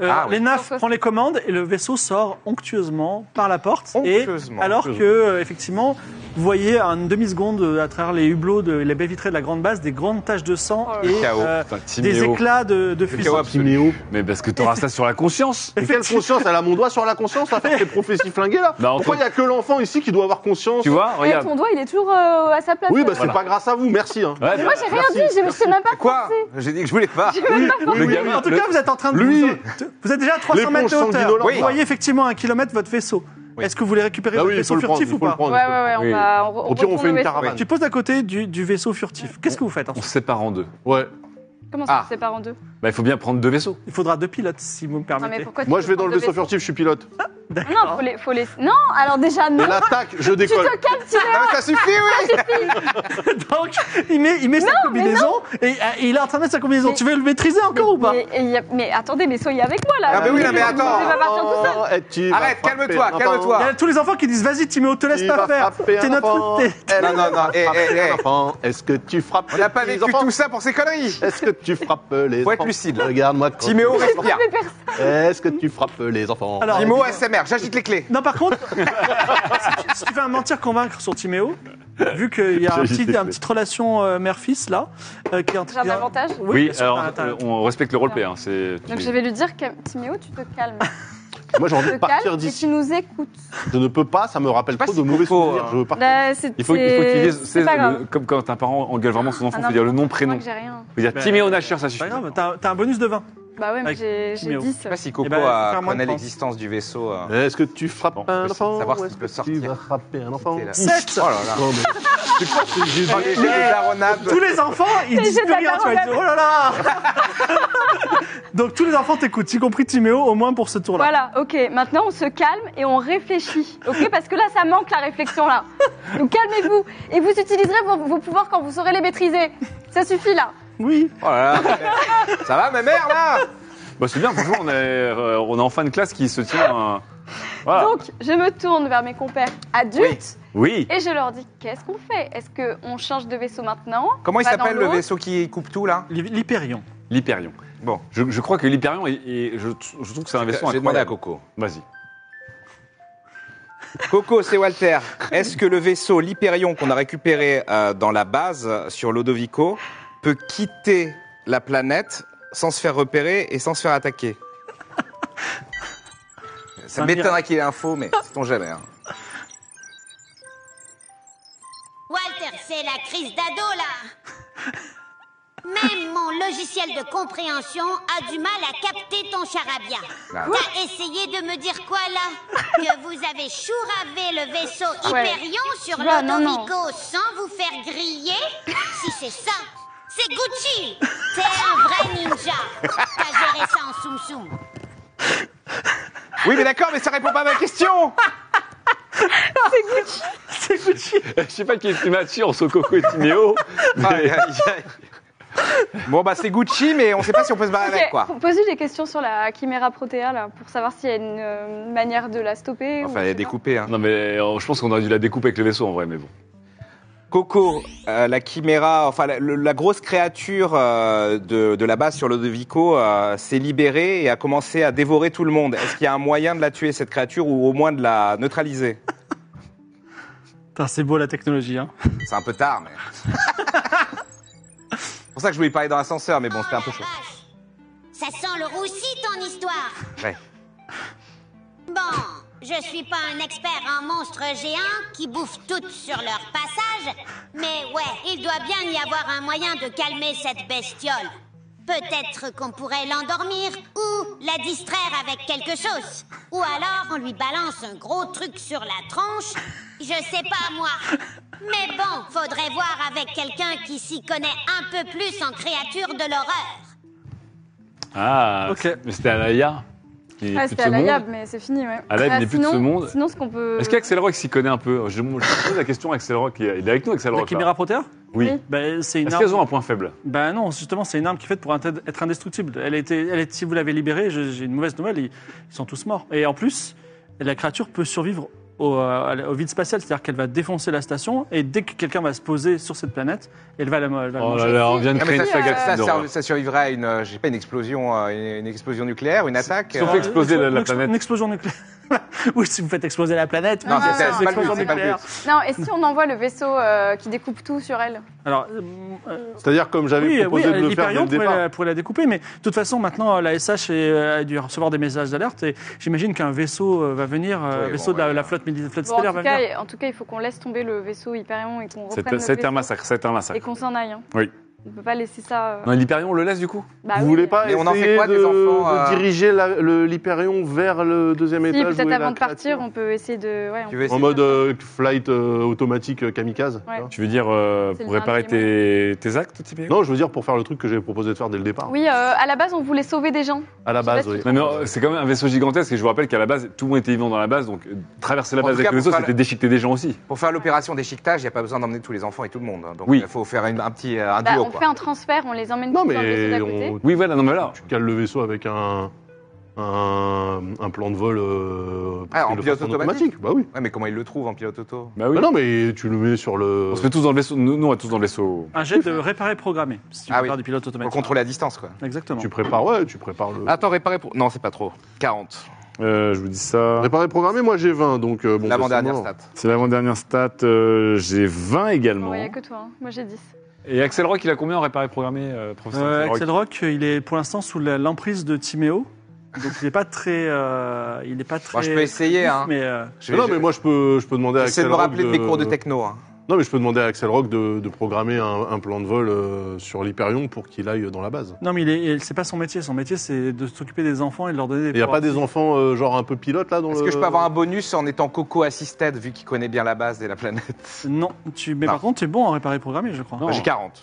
A: Euh,
F: Ah, oui.
A: Les nafs
E: Pourquoi
A: prend les commandes et le vaisseau sort onctueusement par la porte. Et
F: Onctueusement,
A: alors que,
B: onctueusement.
A: euh, effectivement, vous voyez en une demi-seconde euh, à travers les hublots, de, les baies vitrées de la grande base, des grandes taches de sang
E: Oh là
A: et
F: là. Chaos.
A: euh,
C: Putain, Timéo.
A: des éclats de, de
F: chaos
A: fusion.
F: absolu.
B: Timéo.
C: Mais parce que t'auras ça sur la conscience.
B: Mais quelle conscience Elle a mon doigt sur la conscience à faire tes prophéties flinguées là
C: Bah, entre-
B: Pourquoi il y a que l'enfant ici qui doit avoir conscience
C: Tu vois,
E: Et
C: regarde.
E: ton doigt, il est toujours euh, à sa place.
B: Oui, bah
E: Voilà.
B: c'est pas grâce à vous, merci. hein.
C: Ouais,
E: Mais Moi,
C: bah,
E: j'ai rien dit, je- je sais même pas
F: Quoi
E: penser.
F: J'ai dit que je voulais pas.
C: le
A: Oui,
C: gamin,
A: en tout
C: le-
A: cas, vous êtes en train de.
B: Lui.
A: Vous, vous êtes déjà à 300 mètres de
B: L'éponge
A: hauteur.
B: sanguinolente.
F: Oui.
A: Vous voyez effectivement à un kilomètre votre vaisseau.
F: Oui.
A: Est-ce que vous voulez récupérer
B: Bah
A: votre
B: oui, il
A: vaisseau
B: faut le prendre,
A: furtif
B: il faut
A: ou
B: le
A: pas
E: Ouais,
B: prendre. il faut le
E: ouais, ouais, on
C: Oui.
E: va. On,
B: Au pire, on
E: retourne
B: fait
E: au
B: une
E: vaisseau.
B: caravane.
A: Tu poses à côté du, du vaisseau furtif. Qu'est-ce que vous faites
C: On
A: ensuite
C: se sépare en deux.
B: Ouais.
E: Comment ça,
F: Ah.
E: on se sépare en deux
C: Bah, il faut bien prendre deux vaisseaux.
A: Il faudra deux pilotes, si vous me
E: Non, mais
A: permettez.
E: pourquoi tu
B: Moi je
E: veux
B: vais dans
E: prendre deux
B: le vaisseau
E: vaisseaux
B: furtif, je suis pilote.
E: Non, faut les, faut les. Non, alors déjà, non.
B: Et l'attaque, je
E: Tu
B: décolle.
E: te calmes, tu
F: Non, mais Ah, ça suffit, oui
A: Donc, il met, il met sa combinaison et, et il est en train de mettre sa combinaison.
E: Mais-
A: Tu veux le maîtriser encore ou pas
E: Mais, et il y a- mais attendez, mais soyez avec moi là.
F: Ah, mais oui, non, mais attends.
E: Je vais pas partir tout
B: Oh,
E: seul.
B: Ah,
F: Arrête, calme-toi, calme-toi.
A: Il y a tous les enfants qui disent Vas-y, Timéo, te laisse
B: Tu
A: pas
B: vas
A: faire.
B: frapper
A: T'es
B: un
A: notre.
B: enfant.
A: t'es-
B: Elle
F: Non, non,
B: va
F: non, eh,
B: frapper
F: eh, eh.
B: un enfant. Est-ce que tu frappes
F: On n'a pas
B: les
F: vécu
B: enfants
F: tout ça pour ces conneries
B: Est-ce que tu frappes les
F: Faut être
B: enfants
F: lucide.
B: Regarde-moi. quand
F: Timéo,
B: tu frappes.
F: respire.
E: Mais personne.
B: Est-ce que tu frappes les enfants
A: Alors,
F: Timo, SMR, j'agite les clés.
A: non, par contre, si, tu, si tu fais un mentir convaincre sur Timéo, vu qu'il y a un
B: J'ai
A: petit,
B: été
A: un
B: fait.
A: petit relation euh, mère-fils là, euh, qui est en
E: J'ai un avantage.
C: Oui,
A: bien sûr,
C: alors
A: bah, t'as- Ah. t'as-
C: euh, on respecte le roleplay. Hein, c'est-
E: Donc je vais lui dire, que- Timéo, tu te calmes.
B: Moi, j'ai envie
E: te
B: de partir
E: calmes et
B: d'ici.
E: tu nous écoutes.
B: Je ne peux pas, ça me rappelle
F: Je sais
B: trop
F: pas
B: de
F: si
B: mauvais
F: Coco,
B: souvenirs.
F: euh,
B: Je veux partir.
E: Bah, c'est-
C: Il faut, il faut qu'il dise,
E: c'est-
C: c'est
E: C'est pas grave. Ah,
C: le- comme quand un parent engueule vraiment son enfant,
E: Un
C: il faut dire le nom,
E: Je crois
C: prénom.
E: que j'ai rien.
C: Il faut dire
A: Ben,
C: Timéo Nasher, ça
A: C'est
C: suffit.
A: pas grave, t'as t'as un bonus de 20.
E: Bah ouais, mais
A: Avec
E: j'ai j'ai
A: Timéo.
E: 10.
F: Je sais pas si Coco
A: Eh ben,
F: euh,
A: faire moins de
F: connaît
A: temps.
F: l'existence du vaisseau. euh.
B: Est-ce que tu frappes
C: Bon,
B: un
C: je sais
B: enfant
F: savoir
B: ou
F: si
B: est-ce
F: je
B: que
F: peux
B: tu
F: sortir.
B: vas frapper un enfant
F: C'est là.
A: Sept.
F: Oh là là.
B: Non, mais- C'est quoi ces jeux
F: Oh, les jets de daronade.
A: Tous les enfants, ils
E: Les
A: disent
E: jeux de
A: plus
E: la
A: rien, tu vois, ils disent, Oh là là Donc tous les enfants t'écoutent, y compris Timéo, au moins pour ce tour-là.
E: Voilà, ok. Maintenant, on se calme et on réfléchit, ok Parce que là, ça manque la réflexion, là. Donc calmez-vous et vous utiliserez vos, vos pouvoirs quand vous saurez les maîtriser. Ça suffit, là.
A: Oui.
F: Oh là là. Ça va, ma mère, là
C: Bah, c'est bien, franchement, on est, euh, on est en fin de classe qui se tient. un- Voilà.
E: Donc, je me tourne vers mes compères adultes
C: Ah. oui.
E: et je leur dis qu'est-ce qu'on fait Est-ce qu'on change de vaisseau maintenant
F: Comment il
E: Pas dans
F: s'appelle le
E: l'autre
F: vaisseau qui coupe tout, là
A: L'hy- L'Hyperion.
C: L'Hyperion.
F: Bon.
C: Je, je crois que l'Hyperion, est- est- je, je trouve que c'est un vaisseau
F: Je vais demander à Coco.
C: incroyable. Vas-y.
F: Coco, c'est Walter. Est-ce que le vaisseau, l'Hyperion qu'on a récupéré euh, dans la base euh, sur l'Odovico, peut quitter la planète sans se faire repérer et sans se faire attaquer Ça
A: Un
F: m'étonnerait qu'il ait un faux, mais c'est on jamais. hein.
D: Walter, c'est la crise d'ado là Même mon logiciel de compréhension a du mal à capter ton charabia.
E: Ah.
F: Là,
D: T'as essayé de me dire quoi là Que vous avez chouravé le vaisseau
E: Ouais.
D: Hyperion sur
E: Bah, non, non.
D: l'automico sans vous faire griller Si c'est ça, c'est Gucci T'es un vrai ninja T'as géré ça en soum-soum
F: Oui, mais d'accord, mais ça répond pas à ma question
A: C'est Gucci.
C: Je sais pas qui est le plus mature entre Coco et Timéo. mais-
F: Bon, bah c'est Gucci, mais on sait pas si on peut se barrer avec, quoi.
E: Posez Posez des questions sur la Chimera Protea, là, pour savoir s'il y a une euh, manière de la stopper. ou
F: Enfin, elle
E: je sais
F: est
E: pas.
F: découpée, hein.
C: Non, mais euh, je pense qu'on aurait dû la découper avec le vaisseau en vrai, mais bon.
F: Coco, euh, la chiméra, enfin la, le- la grosse créature euh, de, de la base sur l'Odovico euh, s'est libérée et a commencé à dévorer tout le monde. Est-ce qu'il y a un moyen de la tuer, cette créature, ou au moins de la neutraliser
A: Putain, c'est beau la technologie, hein.
F: C'est un peu tard, mais... c'est pour ça que je voulais parler dans l'ascenseur, mais bon, c'était un peu
D: la
F: chaud.
D: vache. Ça sent le roussi ton histoire.
F: Ouais.
D: Bon, je suis pas un expert en monstres géants qui bouffent toutes sur leur passage, mais ouais, il doit bien y avoir un moyen de calmer cette bestiole. Peut-être qu'on pourrait l'endormir ou la distraire avec quelque chose. Ou alors on lui balance un gros truc sur la tronche. Je sais pas moi. Mais bon, faudrait voir avec quelqu'un qui s'y connaît un peu plus en créatures de l'horreur.
C: Ah,
A: Ok.
C: mais c'était Alaya. Il est
E: Ouais,
C: plus
E: Ah, c'était
C: de ce
E: à la
C: monde.
E: Yab, mais c'est fini, ouais. Bah,
C: À la Yab, il est plus de
E: sinon,
C: ce monde.
E: Sinon, ce qu'on peut.
C: Est-ce qu'Axel Rock s'y connaît un peu je, je pose la question à Axel Rock. Il est avec nous, Axel
A: La
C: Rock. là
A: Chimera Protea
C: Oui.
E: Oui.
A: Ben, c'est une
C: Est-ce
A: arme.
C: qu'elles ont un point faible
A: Ben non, justement, c'est une arme qui est faite pour inté- être indestructible. Elle était, elle est, si vous l'avez libérée, je- j'ai une mauvaise nouvelle, ils, ils sont tous morts. Et en plus, la créature peut survivre au, euh, au vide spatial, c'est-à-dire qu'elle va défoncer la station, et dès que quelqu'un va se poser sur cette planète, elle va la, elle va la
C: Oh
A: manger.
C: là là, on vient de
F: Bah, Non, Ah,
C: créer
F: mais
C: une
F: ça,
C: saga de
F: ça,
C: films d'horreur.
F: ça- ça survivrait à une, euh, je sais pas, une explosion, euh, une, une explosion nucléaire, une attaque.
C: Sauf
F: euh,
C: on fait exploser
A: Une
C: la- la
A: explo-
C: planète.
A: Une explosion nucléaire. oui, si vous faites exploser la planète.
F: Non,
A: oui,
F: c'est-
A: ça, une
F: c'est pas le but,
A: explosion
F: c'est pas le
A: nucléaire.
E: Non, et si on envoie le vaisseau euh, qui découpe tout sur elle
A: Alors, euh,
B: C'est-à-dire, comme j'avais
A: Oui, oui
B: proposé de le faire dès
A: l'Hyperion
B: le
A: pourrait,
B: départ.
A: la- pourrait la découper, mais de toute façon, maintenant, euh, la SH est, euh, a dû recevoir des messages d'alerte et j'imagine qu'un vaisseau euh, va venir, euh,
F: Oui,
A: un
F: bon,
A: vaisseau de la,
F: ouais.
A: la flotte, mili- flotte
E: Bon, en,
A: stellaire
E: tout
A: va venir.
E: cas, en tout cas, il faut qu'on laisse tomber le vaisseau Hyperion et qu'on
C: C'est-
E: reprenne le
C: C'est un
E: vaisseau
C: massacre, c'est un
E: Et
C: massacre.
E: qu'on s'en aille. hein.
C: Oui.
E: On peut pas laisser ça. euh,
C: Non, L'Hyperion, on le laisse du coup
E: bah
B: vous
E: oui,
B: voulez
E: mais-
B: pas
F: Mais on en fait
B: essayer
F: quoi, des
B: de,
F: enfants,
B: de
F: euh
B: diriger la- le- l'Hyperion vers le deuxième
E: Si,
B: étage où
E: peut-être
B: est
E: avant
B: la
E: de partir,
B: créature
E: on peut essayer de. ouais, on-
F: Tu veux
B: En
F: essayer
B: mode euh, flight euh, automatique euh, kamikaze
E: Ouais.
B: tu vois.
C: Tu veux dire euh,
E: C'est
C: pour
E: le
C: réparer tes, tes actes, Timéo
B: Non, je veux dire pour faire le truc que j'avais proposé de faire dès le départ.
E: Oui, euh, à la base, on voulait sauver des gens.
B: À la
E: je sais
B: base,
E: pas si
B: oui.
C: Non, mais euh, c'est quand même un vaisseau gigantesque et je vous rappelle qu'à la base, tout le monde était vivant dans la base, donc euh, traverser la
F: En
C: base
F: tout
C: avec
F: cas,
C: le
F: pour
C: vaisseau,
F: faire
C: c'était
F: la-
C: déchiqueter des gens aussi.
F: Pour faire l'opération d'échiquetage, il n'y a pas besoin d'emmener tous les enfants et tout le monde. hein. Donc
C: Oui.
F: il faut faire une- un petit euh, un
E: Bah,
F: duo,
E: on
F: quoi.
E: fait un transfert, on les emmène
B: Non,
E: tous dans le vaisseau
B: mais
E: d'à côté.
B: on-
C: Oui, voilà, non, mais
F: Ah.
C: là.
B: tu cales le vaisseau avec un, un, un plan de vol euh,
F: Ah, en
B: de
F: pilote
B: façon
F: automatique. Ah
B: Bah oui.
F: Ouais, mais comment il le trouve en pilote auto
C: Bah oui.
B: Bah non, mais tu le mets sur le.
C: On se met tous dans le vaisseau, nous, nous, on est tous dans le vaisseau.
A: Un jet de réparer programmé, si tu
F: Ah
A: veux
F: oui.
A: faire du pilote
F: Pour le
A: automatique.
F: contrôler à distance, quoi.
A: Exactement.
B: Tu prépares, ouais, tu prépares le.
F: Attends, réparer pour. Non, c'est pas trop. 40.
C: Euh, je vous dis ça.
B: Préparer programmé, moi j'ai 20, donc euh, bon.
F: L'avant-dernière
B: bah, c'est mort.
F: stat.
C: C'est l'avant-dernière stat. euh, J'ai 20 également.
E: Non, il n'y a que toi. hein. Moi, j'ai 10.
C: Et Axel Rock, il a combien en réparé programmé, euh, professeur
A: Euh,
C: Axel Rock
A: Axel Rock, il est pour l'instant sous la- l'emprise de Timéo. Donc il n'est pas très. euh, il n'est pas très.
F: Moi, je peux essayer, hein.
A: Mais euh,
F: Je vais-
B: non,
F: je-
B: mais moi, je peux, je peux demander à
F: J'essaie
B: Axel
F: de me
B: Rock
F: rappeler de mes cours de techno. hein.
B: Non, mais je peux demander à Axel Rock de, de programmer un, un plan de vol euh, sur l'Hyperion pour qu'il aille dans la base.
A: non, mais il est- il- c'est pas son métier. Son métier, c'est de s'occuper des enfants et de leur donner des.
B: Il n'y a pas
A: pouvoirs.
B: des enfants, euh, genre, un peu pilotes, là, dans
F: Est-ce
B: le...
F: que je peux avoir un bonus en étant Coco Assisted, vu qu'il connaît bien la base et la planète
A: Non, tu, mais
F: Non.
A: par contre, tu es bon en réparer programmer, je crois.
C: Non.
F: Bah, J'ai 40.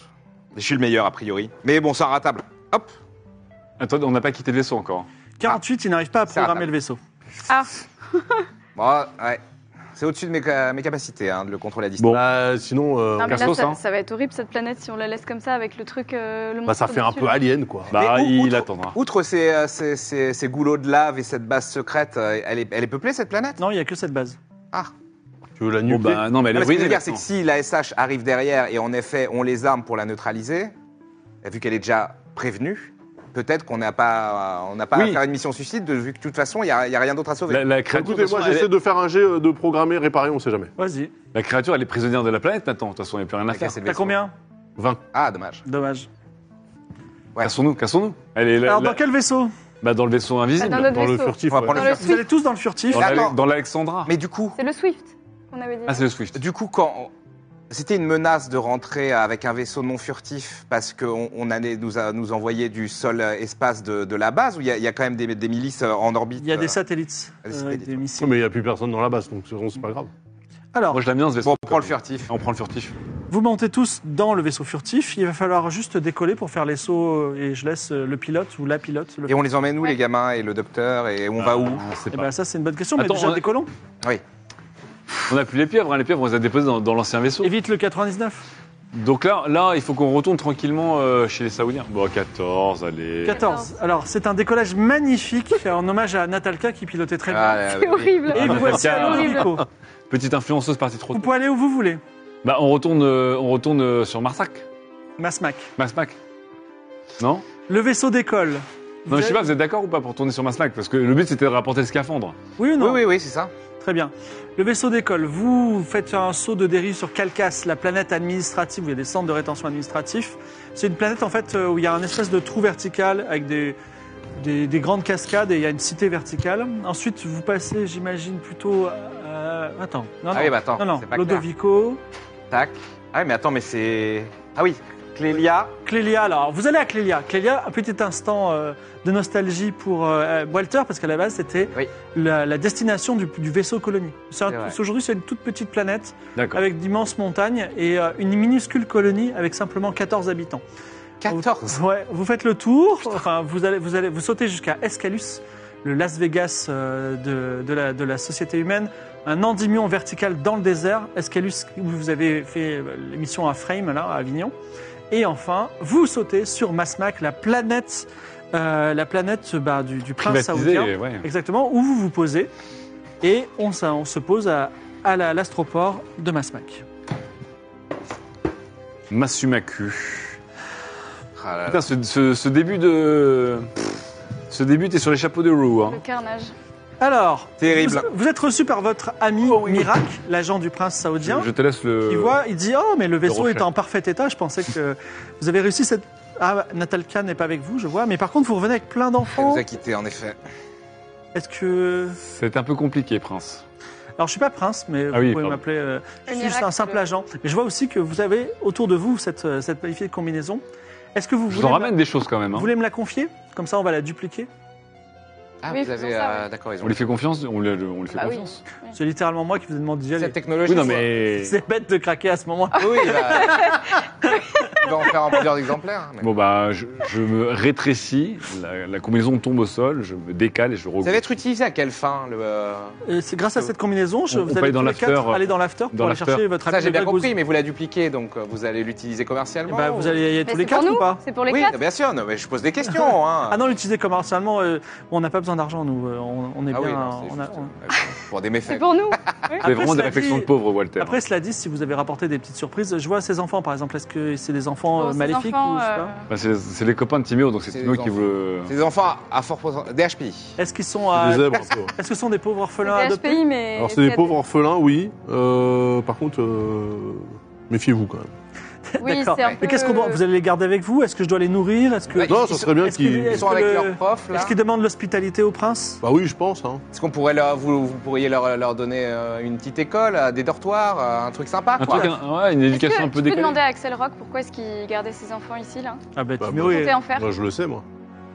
F: Je suis le meilleur, a priori. Mais bon, c'est ratable. Hop
C: Attends, on n'a pas quitté le vaisseau encore.
A: 48, il n'arrive pas à
F: Ça
A: programmer
F: va.
A: le vaisseau.
E: Ah,
F: Bon, ouais. C'est au-dessus de mes, ca- mes capacités, hein, de le contrôler à distance.
B: Bon. Bah, sinon, euh,
E: non, mais là,
C: Castos,
E: ça,
C: hein.
E: ça va être horrible cette planète si on la laisse comme ça avec le truc. euh, le
B: bah, ça
E: monstre
B: fait un
E: dessus,
B: peu
E: là.
B: alien, quoi.
C: Bah,
F: Mais ou-
C: il
F: outre-
C: attendra.
F: Outre ces, euh, ces, ces- ces goulots de lave et cette base secrète, euh, elle est, elle est peuplée cette planète
A: Non, il n'y a que cette base.
F: Ah
B: Tu veux la
C: Bon,
B: nuque
C: bah, non, mais elle
F: Non, mais Ce Ah, que
C: est
F: je
C: ruinée.
F: veux dire, c'est que
C: maintenant.
F: si la SH arrive derrière et en effet on les arme pour la neutraliser, et vu qu'elle est déjà prévenue, peut-être qu'on n'a pas, on n'a pas
C: Oui.
F: à faire une mission suicide, de- vu que de toute façon il n'y a, il y a rien d'autre à sauver.
C: La, la créature, de
B: Écoutez,
C: toute
B: moi,
C: façon, elle
B: j'essaie
C: est-
B: de faire un jet euh, de programmer, réparer, on sait jamais.
A: Vas-y.
C: la créature, elle est prisonnière de la planète maintenant. De toute façon, il n'y a plus rien à
F: Elle a
C: faire.
F: cassé le
A: T'as
F: vaisseau.
A: combien
B: 20.
F: Ah, dommage.
A: Dommage.
F: Ouais.
C: Cassons-nous, cassons-nous. Elle est là-
A: Alors,
C: là-
A: dans quel vaisseau
C: bah, dans le vaisseau invisible.
E: Dans notre
B: Dans le
E: vaisseau.
B: furtif,
F: On va
B: ouais.
F: prendre
E: Dans
F: le
E: le
F: furtif.
A: Vous allez tous dans le furtif.
C: Dans
F: Mais
C: l'Ale-
F: attends.
C: dans l'Alexandra.
F: Mais du coup,
E: C'est le Swift, on avait dit.
C: Ah, c'est le Swift.
F: du coup, quand c'était une menace de rentrer avec un vaisseau non furtif parce qu'on on allait nous, a- nous envoyer du sol euh, espace de, de la base, où il y, a- il y a quand même des, des milices euh, en orbite.
A: Il y a
F: euh,
A: des satellites,
F: des
A: euh,
F: satellites,
A: des
F: ouais.
A: missiles.
B: Ouais, mais il n'y a plus personne dans la base, donc de toute façon, c'est pas grave.
A: Alors,
C: Moi, je l'aime bien ce vaisseau.
F: Bon, on prend le furtif.
C: On prend le furtif.
A: vous montez tous dans le vaisseau furtif. Il va falloir juste décoller pour faire les sauts. euh, Et je laisse euh, le pilote ou la pilote. Le...
F: Et on les emmène où, les gamins et le docteur Et on va où
C: Ah, c'est
A: Eh
C: pas-
A: ben, ça, c'est une bonne question. mais
C: Attends,
A: déjà,
C: on a-
A: décollons.
F: Oui.
C: On n'a plus les pieuvres. hein. Les pieuvres, on les a déposées dans, dans l'ancien vaisseau.
A: Évite le 99.
C: Donc là, là, il faut qu'on retourne tranquillement euh, chez les Saoudiens. Bon, 14, allez.
A: 14. Alors, c'est un décollage magnifique euh, en hommage à Natalka qui pilotait très bien.
F: Ah, là,
E: C'est
F: oui.
E: horrible.
A: Et vous
C: Natalka.
A: voici à
E: euh,
A: l'Olympico.
C: Petite influenceuse partie trop
A: Vous
C: tôt.
A: pouvez aller où vous voulez.
C: Bah, on retourne, euh, on retourne euh, sur Marsac.
A: Masmac.
C: Masmac. Non
A: Le vaisseau décolle.
C: Non, mais je sais
A: Vous
C: pas, vous êtes d'accord ou pas pour tourner sur Masmac Parce que le but, c'était de rapporter le scaphandre.
A: avez- Oui ou non
F: Oui, oui, oui, c'est ça.
A: Très bien. Le vaisseau décolle. Vous faites un saut de dérive sur Calcas, la planète administrative où il y a des centres de rétention administratif. C'est une planète en fait euh, où il y a un espèce de trou vertical avec des, des, des grandes cascades et il y a une cité verticale. Ensuite, vous passez, j'imagine, plutôt. euh, Attends. Non, non.
F: Ah oui, bah attends,
A: non, non.
F: c'est pas clair.
A: Lodovico.
F: Tac. Ah oui, mais attends, mais c'est. Ah oui, Clélia.
A: Clélia, alors vous allez à Clélia. Clélia, un petit instant euh, de nostalgie pour euh, Walter, parce qu'à la base c'était
F: Oui.
A: la, la destination du, du vaisseau colonie. C'est un-
F: C'est vrai.
A: Aujourd'hui c'est une toute petite planète
C: D'accord.
A: avec d'immenses montagnes et euh, une minuscule colonie avec simplement 14 habitants.
F: 14.
A: Ouais, vous faites le tour, enfin, vous, allez, vous, allez, vous sautez jusqu'à Escalus, le Las Vegas euh, de, de la, de la société humaine, un endymion vertical dans le désert, Escalus où vous avez fait euh, l'émission à Frame, là, à Avignon. Et enfin, vous sautez sur Masmac, la planète, euh, la planète bah, du, du prince
C: Privatisé,
A: saoudien,
C: ouais.
A: exactement, où vous vous posez, et on, s- on se pose à, à la- l'astroport de Masmac.
C: Masumaku.
F: Ah là là.
C: Putain, ce, ce- ce début de. Ce début, t'es sur les chapeaux de roue. Hein.
E: Le carnage.
A: Alors,
F: Terrible.
A: Vous, vous êtes reçu par votre ami Mirak, l'agent du prince
C: Je,
A: saoudien.
C: Oh je te laisse le.
A: Il voit, il dit Oh, mais le vaisseau
C: rocher.
A: est en parfait état. Je pensais que vous avez réussi cette. Ah, Natalka n'est pas avec vous, je vois. Mais par contre, vous revenez avec plein
F: Elle
A: d'enfants.
F: nous a quittés, en effet.
A: Est-ce que.
C: C'est un peu compliqué, Prince.
A: Alors, je suis pas prince, mais vous
C: Ah oui,
A: pouvez
C: pardon.
A: m'appeler. euh, je suis
E: Un
A: juste
E: miracle.
A: un simple agent. Mais je vois aussi que vous avez autour de vous cette, euh, cette magnifique combinaison. Est-ce que vous
C: Je vous
A: voulez,
C: en
A: me-
C: ramène des choses quand même.
A: vous
C: hein.
A: voulez me la confier Comme ça, on va la dupliquer.
F: Ah,
E: Oui,
F: vous avez.
E: faisons ça,
F: euh,
E: ouais.
F: D'accord, ils
C: On
F: ont.
C: lui fait confiance On lui, on lui fait
E: Bah oui.
C: confiance
A: C'est littéralement moi qui vous demande d'y aller.
F: Cette technologie.
C: Oui, non, mais.
A: C'est bête de craquer à ce moment.
F: quoi. Oui, bah... on va en faire en plusieurs exemplaires. mais-
C: Bon, bah, je, je me rétrécis, la, la combinaison tombe au sol, je me décale et je regroupe.
F: Ça va être utilisé à quelle fin le, euh,
A: Euh, C'est grâce à cette combinaison, je,
C: On- on
A: vous
C: peut
A: allez
C: aller dans
A: tous les
C: l'after,
A: quatre
C: euh,
A: aller dans l'after pour
C: dans
A: aller
C: l'after.
A: chercher votre
F: Ça,
A: ami
F: j'ai
A: de
F: bien
A: Gagouze.
F: compris, mais vous la dupliquez, donc euh, vous allez l'utiliser
A: Eh
F: commercialement
A: ben, vous allez y aller
E: Mais
A: tous
E: c'est
A: les
E: pour
A: quatre
E: nous
A: ou pas
E: C'est pour les
F: Oui,
E: quatre.
F: bien sûr, non, mais je pose des questions. Hein.
A: Ah non, l'utiliser commercialement, euh, on n'a pas besoin d'argent, nous. euh, On, on est
F: Ah
A: bien.
F: oui, non, c'est
A: on a-
F: juste,
A: on-
F: euh, Pour des
E: C'est
F: méfaits.
E: pour nous.
C: C'est vraiment
A: cela
C: des réflexions
A: dit-
C: de pauvres, Walter.
A: Après, cela dit, si vous avez rapporté des petites surprises, je vois ces enfants, par exemple. Est-ce que c'est des enfants euh,
E: Pour ces
A: maléfiques
E: enfants,
A: ou je sais
E: euh,
A: pas
C: Bah, c'est c'est les copains de Timéo, donc c'est
F: C'est
C: Timéo
F: les
C: qui veut.
F: C'est des enfants à- à fort pourcentage. DHP.
A: Est-ce qu'ils sont à...
B: Des zèbres, un peu, ouais.
A: Est-ce que ce sont des pauvres
E: c'est
A: orphelins adoptés
E: HPI, mais.
B: Alors, c'est des pauvres orphelins, oui. Euh, par contre, euh, méfiez-vous quand même.
E: Oui,
A: D'accord.
E: c'est un peu.
A: Mais qu'est-ce qu'on doit Vous allez les garder avec vous Est-ce que je dois les nourrir Est-ce que
F: Ouais,
B: Non, ça serait bien
A: est-ce qu'il-
B: qu'ils.
F: Ils
A: est-ce
F: sont
A: que
F: avec
A: le-
F: leurs profs, là.
A: Est-ce qu'ils demandent l'hospitalité au prince
B: Bah oui, je pense. Hein.
F: Est-ce qu'on pourrait leur, vous, vous pourriez leur, leur donner euh, une petite école, euh, des dortoirs, euh, un truc sympa
C: Un
F: quoi.
C: truc, un- ouais, une
E: Est-ce que
C: éducation un peu
E: tu peux
C: décalée.
E: demander à Axel Rock pourquoi est-ce qu'il gardait ses enfants ici là
A: Ah bah, tu
B: Bah,
A: me-
B: Oui.
E: Qu'est-ce qu'on fait en faire
B: Moi, je le sais, moi.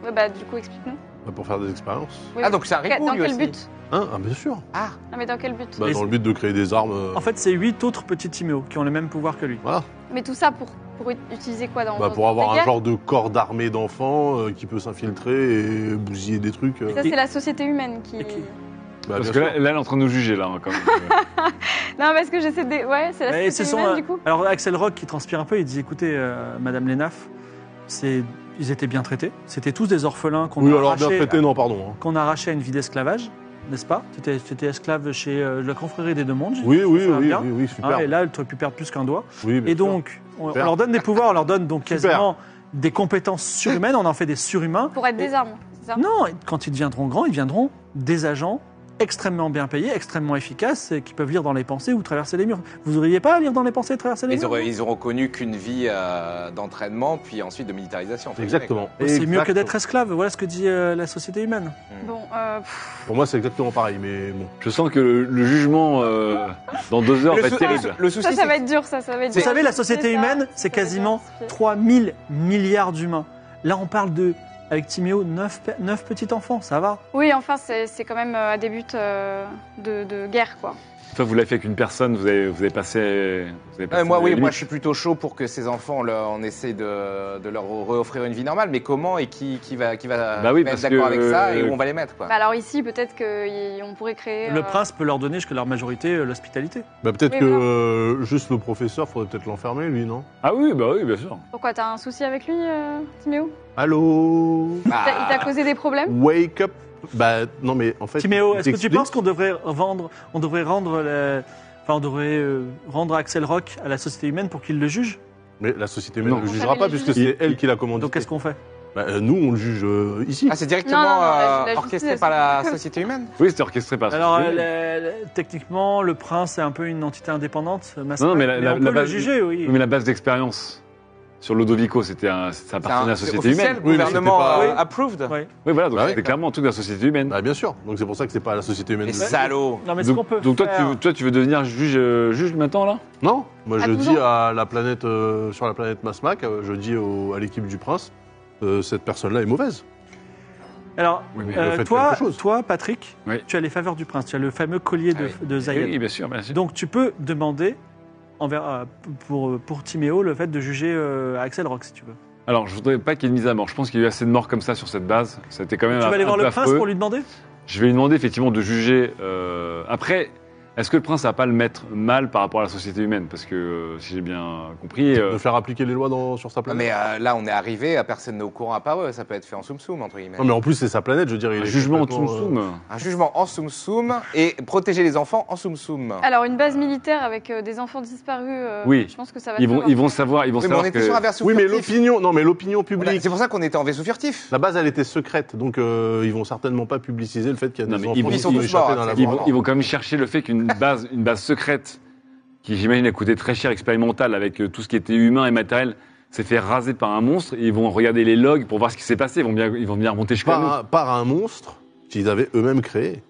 E: Ouais, Bah du coup explique-nous.
B: Bah, Pour faire des expériences.
E: Oui,
F: Ah,
E: oui.
F: donc c'est un ripou,
E: Dans
F: lui
E: quel
F: aussi.
E: but
B: Hein ah, bien sûr.
F: Ah,
E: Ah mais dans quel but
B: Bah,
A: Et
B: dans
A: c'est-
B: le but de créer des armes. euh,
A: En fait, c'est huit autres petits Timéo qui ont le même pouvoir que lui.
B: Voilà.
E: Mais tout ça pour, pour utiliser quoi dans
B: Bah,
E: dans
B: pour avoir
E: la
B: un
E: guerre
B: genre de corps d'armée d'enfants euh, qui peut s'infiltrer et bousiller des trucs. euh,
E: Ça c'est la société humaine qui.
A: Et qui-
B: bah,
C: Parce
B: bien
C: que
B: sûr.
C: là, là, elle est en train de nous juger, là, hein, quand même.
E: Non parce que j'essaie de. Ouais c'est
A: Mais
E: la
A: ce
E: société
A: sont,
E: humaine
A: euh,
E: du coup.
A: Alors Axel Rock qui transpire un peu, il dit écoutez, euh, Madame Lenaf, c'est, ils étaient bien traités. C'était tous des orphelins qu'on
B: Oui,
A: a
B: alors bien
A: arrachés-
B: traité, non, pardon. hein.
A: qu'on a arrachés à une vie d'esclavage, n'est-ce pas Tu étais, esclave chez euh, la confrérie des deux mondes. j'ai-
B: Oui, oui,
A: ça va
B: oui,
A: bien.
B: oui, oui,
A: hein,
B: super.
A: et là, tu aurais pu perdre plus qu'un doigt.
B: Oui, bien
A: Et
B: sûr.
A: donc, on, on
B: Super.
A: leur donne des pouvoirs, on leur donne donc
B: Super.
A: quasiment des compétences surhumaines, on en fait des surhumains.
E: Pour être des armes, c'est ça
A: Non, et quand ils deviendront grands, ils deviendront des agents extrêmement bien payés, extrêmement efficaces, et qui peuvent lire dans les pensées ou traverser les murs. Vous n'auriez pas à lire dans les pensées et traverser les
F: ils,
A: murs
F: auraient, ils auront connu qu'une vie euh, d'entraînement, puis ensuite de militarisation. entre
B: Exactement.
A: Ouais, C'est mieux que
B: Exactement.
A: d'être esclave, voilà ce que dit euh, la société humaine.
E: Bon, euh, pff,
B: Pour moi, c'est exactement pareil, mais bon.
C: Je sens que le, le jugement euh, dans deux heures
F: guillemets,
C: va
F: quoi.
C: être
F: Le, sou- ah,
C: terrible.
F: le souci,
E: ça, ça
F: c'est
E: va
F: que-
E: être dur, ça, ça va être
A: Vous
E: dur.
A: savez, la société
E: C'est ça,
A: humaine,
E: ça
A: c'est
E: va être
A: quasiment
E: dur.
A: 3000 milliards d'humains. Là, on parle de, avec Timéo, 9, petits enfants, ça va
E: Oui, enfin, c'est c'est quand même euh, à des buts euh, de, de guerre, quoi.
C: Toi, vous l'avez fait avec une personne, vous avez, vous avez passé. Vous
F: Ouais,
C: avez passé
F: Eh, moi,
C: les
F: oui, moi,
C: limites.
F: je suis plutôt chaud pour que ces enfants, on, leur- on essaie de, de leur réoffrir une vie normale. Mais comment et qui, qui va, qui va
C: Bah oui,
F: être
C: parce
F: d'accord
C: que,
F: avec ça et
C: euh,
F: où on va les mettre quoi.
E: Bah, alors ici, peut-être qu'on pourrait créer...
A: Le
E: euh,
A: prince peut leur donner jusqu'à leur majorité euh, l'hospitalité.
B: Bah, peut-être
E: Oui,
B: que
E: voilà.
B: euh, juste le professeur, faudrait peut-être l'enfermer, lui, non
C: Ah oui, bah oui, bien sûr.
E: Pourquoi, t'as un souci avec lui, euh, Timéo
B: Allô
E: Il t'a- Il t'a causé des problèmes
B: Wake up Bah, non, mais en fait.
A: Timéo, est-ce que tu
B: t'expliques-
A: penses qu'on devrait vendre, on devrait rendre la- Enfin, on devrait euh, rendre Axel Rock à la société humaine pour qu'il le juge.
B: Mais la société
C: Non.
B: ne le
E: On
B: jugera
E: savait
B: pas,
E: le
B: puisque
C: juger.
B: c'est elle qui l'a commandé.
A: Donc, qu'est-ce qu'on fait
B: Bah, euh, nous, on le juge euh, ici.
F: Ah, c'est directement
E: Non, non, non, la-
F: euh,
E: la justice,
F: orchestré
E: elle-
F: par la société humaine
C: Oui, c'était orchestré par.
A: Alors,
C: Oui.
A: euh, la- la- techniquement, le prince est un peu une entité indépendante, Masque,
C: Non, non, mais la- la-
A: on
C: la
A: peut le
C: base-
A: juger, oui.
C: Oui, mais la base d'expérience sur Lodovico, c'était un, ça
F: C'est
C: appartenait à
F: un
C: la
F: c'est
C: société
F: officiel,
C: humaine.
B: Oui, mais
F: gouvernement
B: c'était pas-
F: euh,
B: Oui.
F: approved.
A: Ouais.
C: Oui, voilà, donc
B: Bah oui.
C: c'était clairement un truc de la société humaine.
B: Bah, bien sûr. Donc, c'est pour ça que c'est pas la société humaine.
F: Les
B: qui le-
F: salauds.
A: Non, mais ce qu'on
C: donc
A: peut
C: donc toi,
A: faire-
C: tu, toi, tu veux devenir juge, euh, juge maintenant, là
B: Non, moi
E: À
B: je
E: 12
B: dis
E: ans.
B: à la planète, euh, sur la planète Masmac, euh, je dis au- à l'équipe du prince, euh, cette personne-là est mauvaise.
A: Alors,
C: Oui, mais
A: euh,
B: faites
A: toi,
B: quelque chose.
A: toi, Patrick,
C: Oui.
A: tu as les faveurs du prince. Tu as le fameux collier de,
F: Ah
A: de Zaïd.
C: Oui, bien sûr, bien sûr.
A: Donc, tu peux demander envers, euh, pour, pour Timéo le fait de juger euh, Axel Rock, si tu veux.
C: Alors, je voudrais pas qu'il y ait une mise à mort. Je pense qu'il y a eu assez de morts comme ça sur cette base. C'était quand même
A: tu
C: un-
A: vas aller
C: un
A: voir
C: peu
A: le prince
C: affreux.
A: pour lui demander
C: Je vais lui demander effectivement de juger. euh, Après, est-ce que le prince va pas le mettre mal par rapport à la société humaine Parce que euh, si j'ai bien compris, euh,
B: De faire appliquer les lois dans- sur sa
F: Non,
B: planète.
F: mais euh, là, on est arrivé, euh, personne n'est au courant à part eux. Ça peut être fait en soum-soum, entre guillemets.
B: Non, mais en plus, c'est sa planète, je dirais.
C: un jugement en tsum
F: euh,
B: soum
F: Un jugement en soum-soum et protéger les enfants en soum-soum.
E: Alors, une base militaire avec euh, des enfants disparus, euh,
C: Oui.
E: je pense que ça va
C: ils
E: se
C: vont,
E: faire.
C: ils vont savoir, ils vont
F: Oui, mais on
C: savoir
F: était
C: que-
F: sur un verso
B: Oui, mais
F: furtif.
B: l'opinion, non, mais l'opinion
F: On a-
B: publique.
F: C'est pour ça qu'on était en vaisseau furtif.
B: La base, elle était secrète, donc euh, ils vont certainement pas publiciser le fait qu'il y a
C: Non,
B: des
C: mais
B: enfants
C: ils vont-
B: qui
C: ils
B: sont
C: sont
B: échappés
F: tous
B: dans la
F: morts,
C: ils
F: c'est
C: vont,
F: bon.
C: ils vont quand même chercher le fait qu'une base, une base secrète, qui j'imagine a coûté très cher, expérimentale, avec euh, tout ce qui était humain et matériel, s'est fait raser par un monstre. Et ils vont regarder les logs pour voir ce qui s'est passé. Ils vont bien, ils vont bien remonter jusqu'à
F: Bah,
B: par,
C: nous.
B: un, par un monstre qu'ils avaient eux-mêmes créé.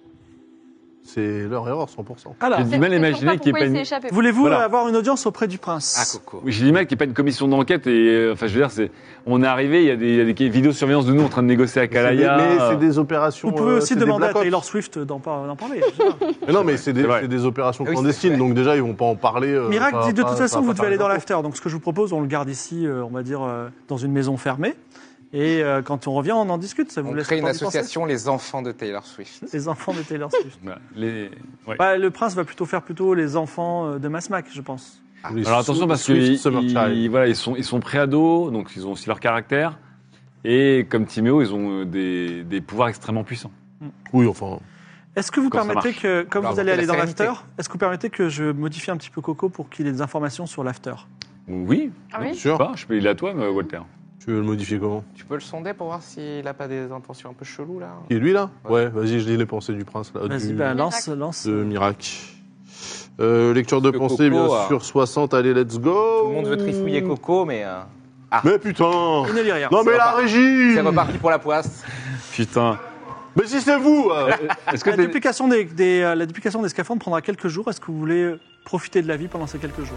B: C'est leur erreur, 100%.
F: euh,
A: Alors,
C: J'ai du mal à imaginer qu'il n'y ait pas
E: pas
C: une-
E: échappé.
A: voulez-vous
C: Voilà.
A: avoir une audience auprès du prince
F: Ah, Coco.
C: Oui, j'ai du mal qu'il n'y ait pas une commission d'enquête. Et euh, enfin, je veux dire, c'est, on est arrivé, il y a des, il y a des vidéosurveillance de nous en train de négocier à
B: C'est des-
C: Kalaya.
B: mais c'est
C: euh,
B: des opérations.
A: Vous pouvez
B: euh,
A: aussi
B: c'est des
A: demander à
B: Black Ops.
A: Taylor Swift d'en par- d'en parler.
B: Mais non, mais c'est des,
C: C'est vrai.
B: c'est des opérations
F: Ah oui, c'est
B: clandestines,
F: vrai.
B: donc déjà, ils vont pas en parler. euh,
A: Miracle
B: ça va
A: dit de
B: pas-
A: toute
B: ça va
A: façon,
B: pas
A: vous devez
B: faire
A: aller dans
B: les infos.
A: l'after. Donc, ce que je vous propose, on le garde ici, euh, on va dire, euh, dans une maison fermée. Et euh, quand on revient, on en discute. Ça vous
F: On
A: laisse
F: crée
A: le
F: une
A: temps d'y penser
F: association, les enfants de Taylor Swift.
A: Les enfants de Taylor Swift.
C: voilà, les- ouais.
A: Bah, le prince va plutôt faire plutôt les enfants euh, de Masmac, je pense.
B: Les
C: Alors attention parce
B: Swift
C: qu'ils
B: Summer Child.
C: voilà, ils sont, ils sont pré-ados, donc ils ont aussi leur caractère. Et comme Timéo, ils ont euh, des, des pouvoirs extrêmement puissants.
B: Oui, enfin.
A: Est-ce que vous
C: Quand ça
A: permettez
C: marche.
A: que, comme
F: Alors,
A: vous allez
F: la
A: aller dans
F: sérénité.
A: l'after, est-ce que vous permettez que je modifie un petit peu Coco pour qu'il ait des informations sur l'after
C: Oui,
E: Ah
C: non,
E: oui
C: je sais pas, je peux il est à toi, mais, Walter.
B: Tu veux le modifier comment
F: Tu peux le sonder pour voir s'il a pas des intentions un peu cheloues là
B: Oh. Qui est lui là Ouais, vas-y, je lis les pensées du prince là.
A: Vas-y,
B: du-
A: bah, lance, lance.
B: De Miracle. Euh, lecture de
F: Le coco,
B: pensée, bien
F: ah.
B: sûr, 60, allez, let's go.
F: Tout le monde veut trifouiller Coco, mais euh,
B: Mais putain
A: Il ne lit rien.
B: Non mais la
F: reparti.
B: régie
F: c'est reparti pour la poisse.
C: Putain.
B: Mais si c'est vous euh,
C: Est-ce que
A: La
C: t'es-
A: duplication des, des, euh, la duplication des scaphandres prendra quelques jours. Est-ce que vous voulez profiter de la vie pendant ces quelques jours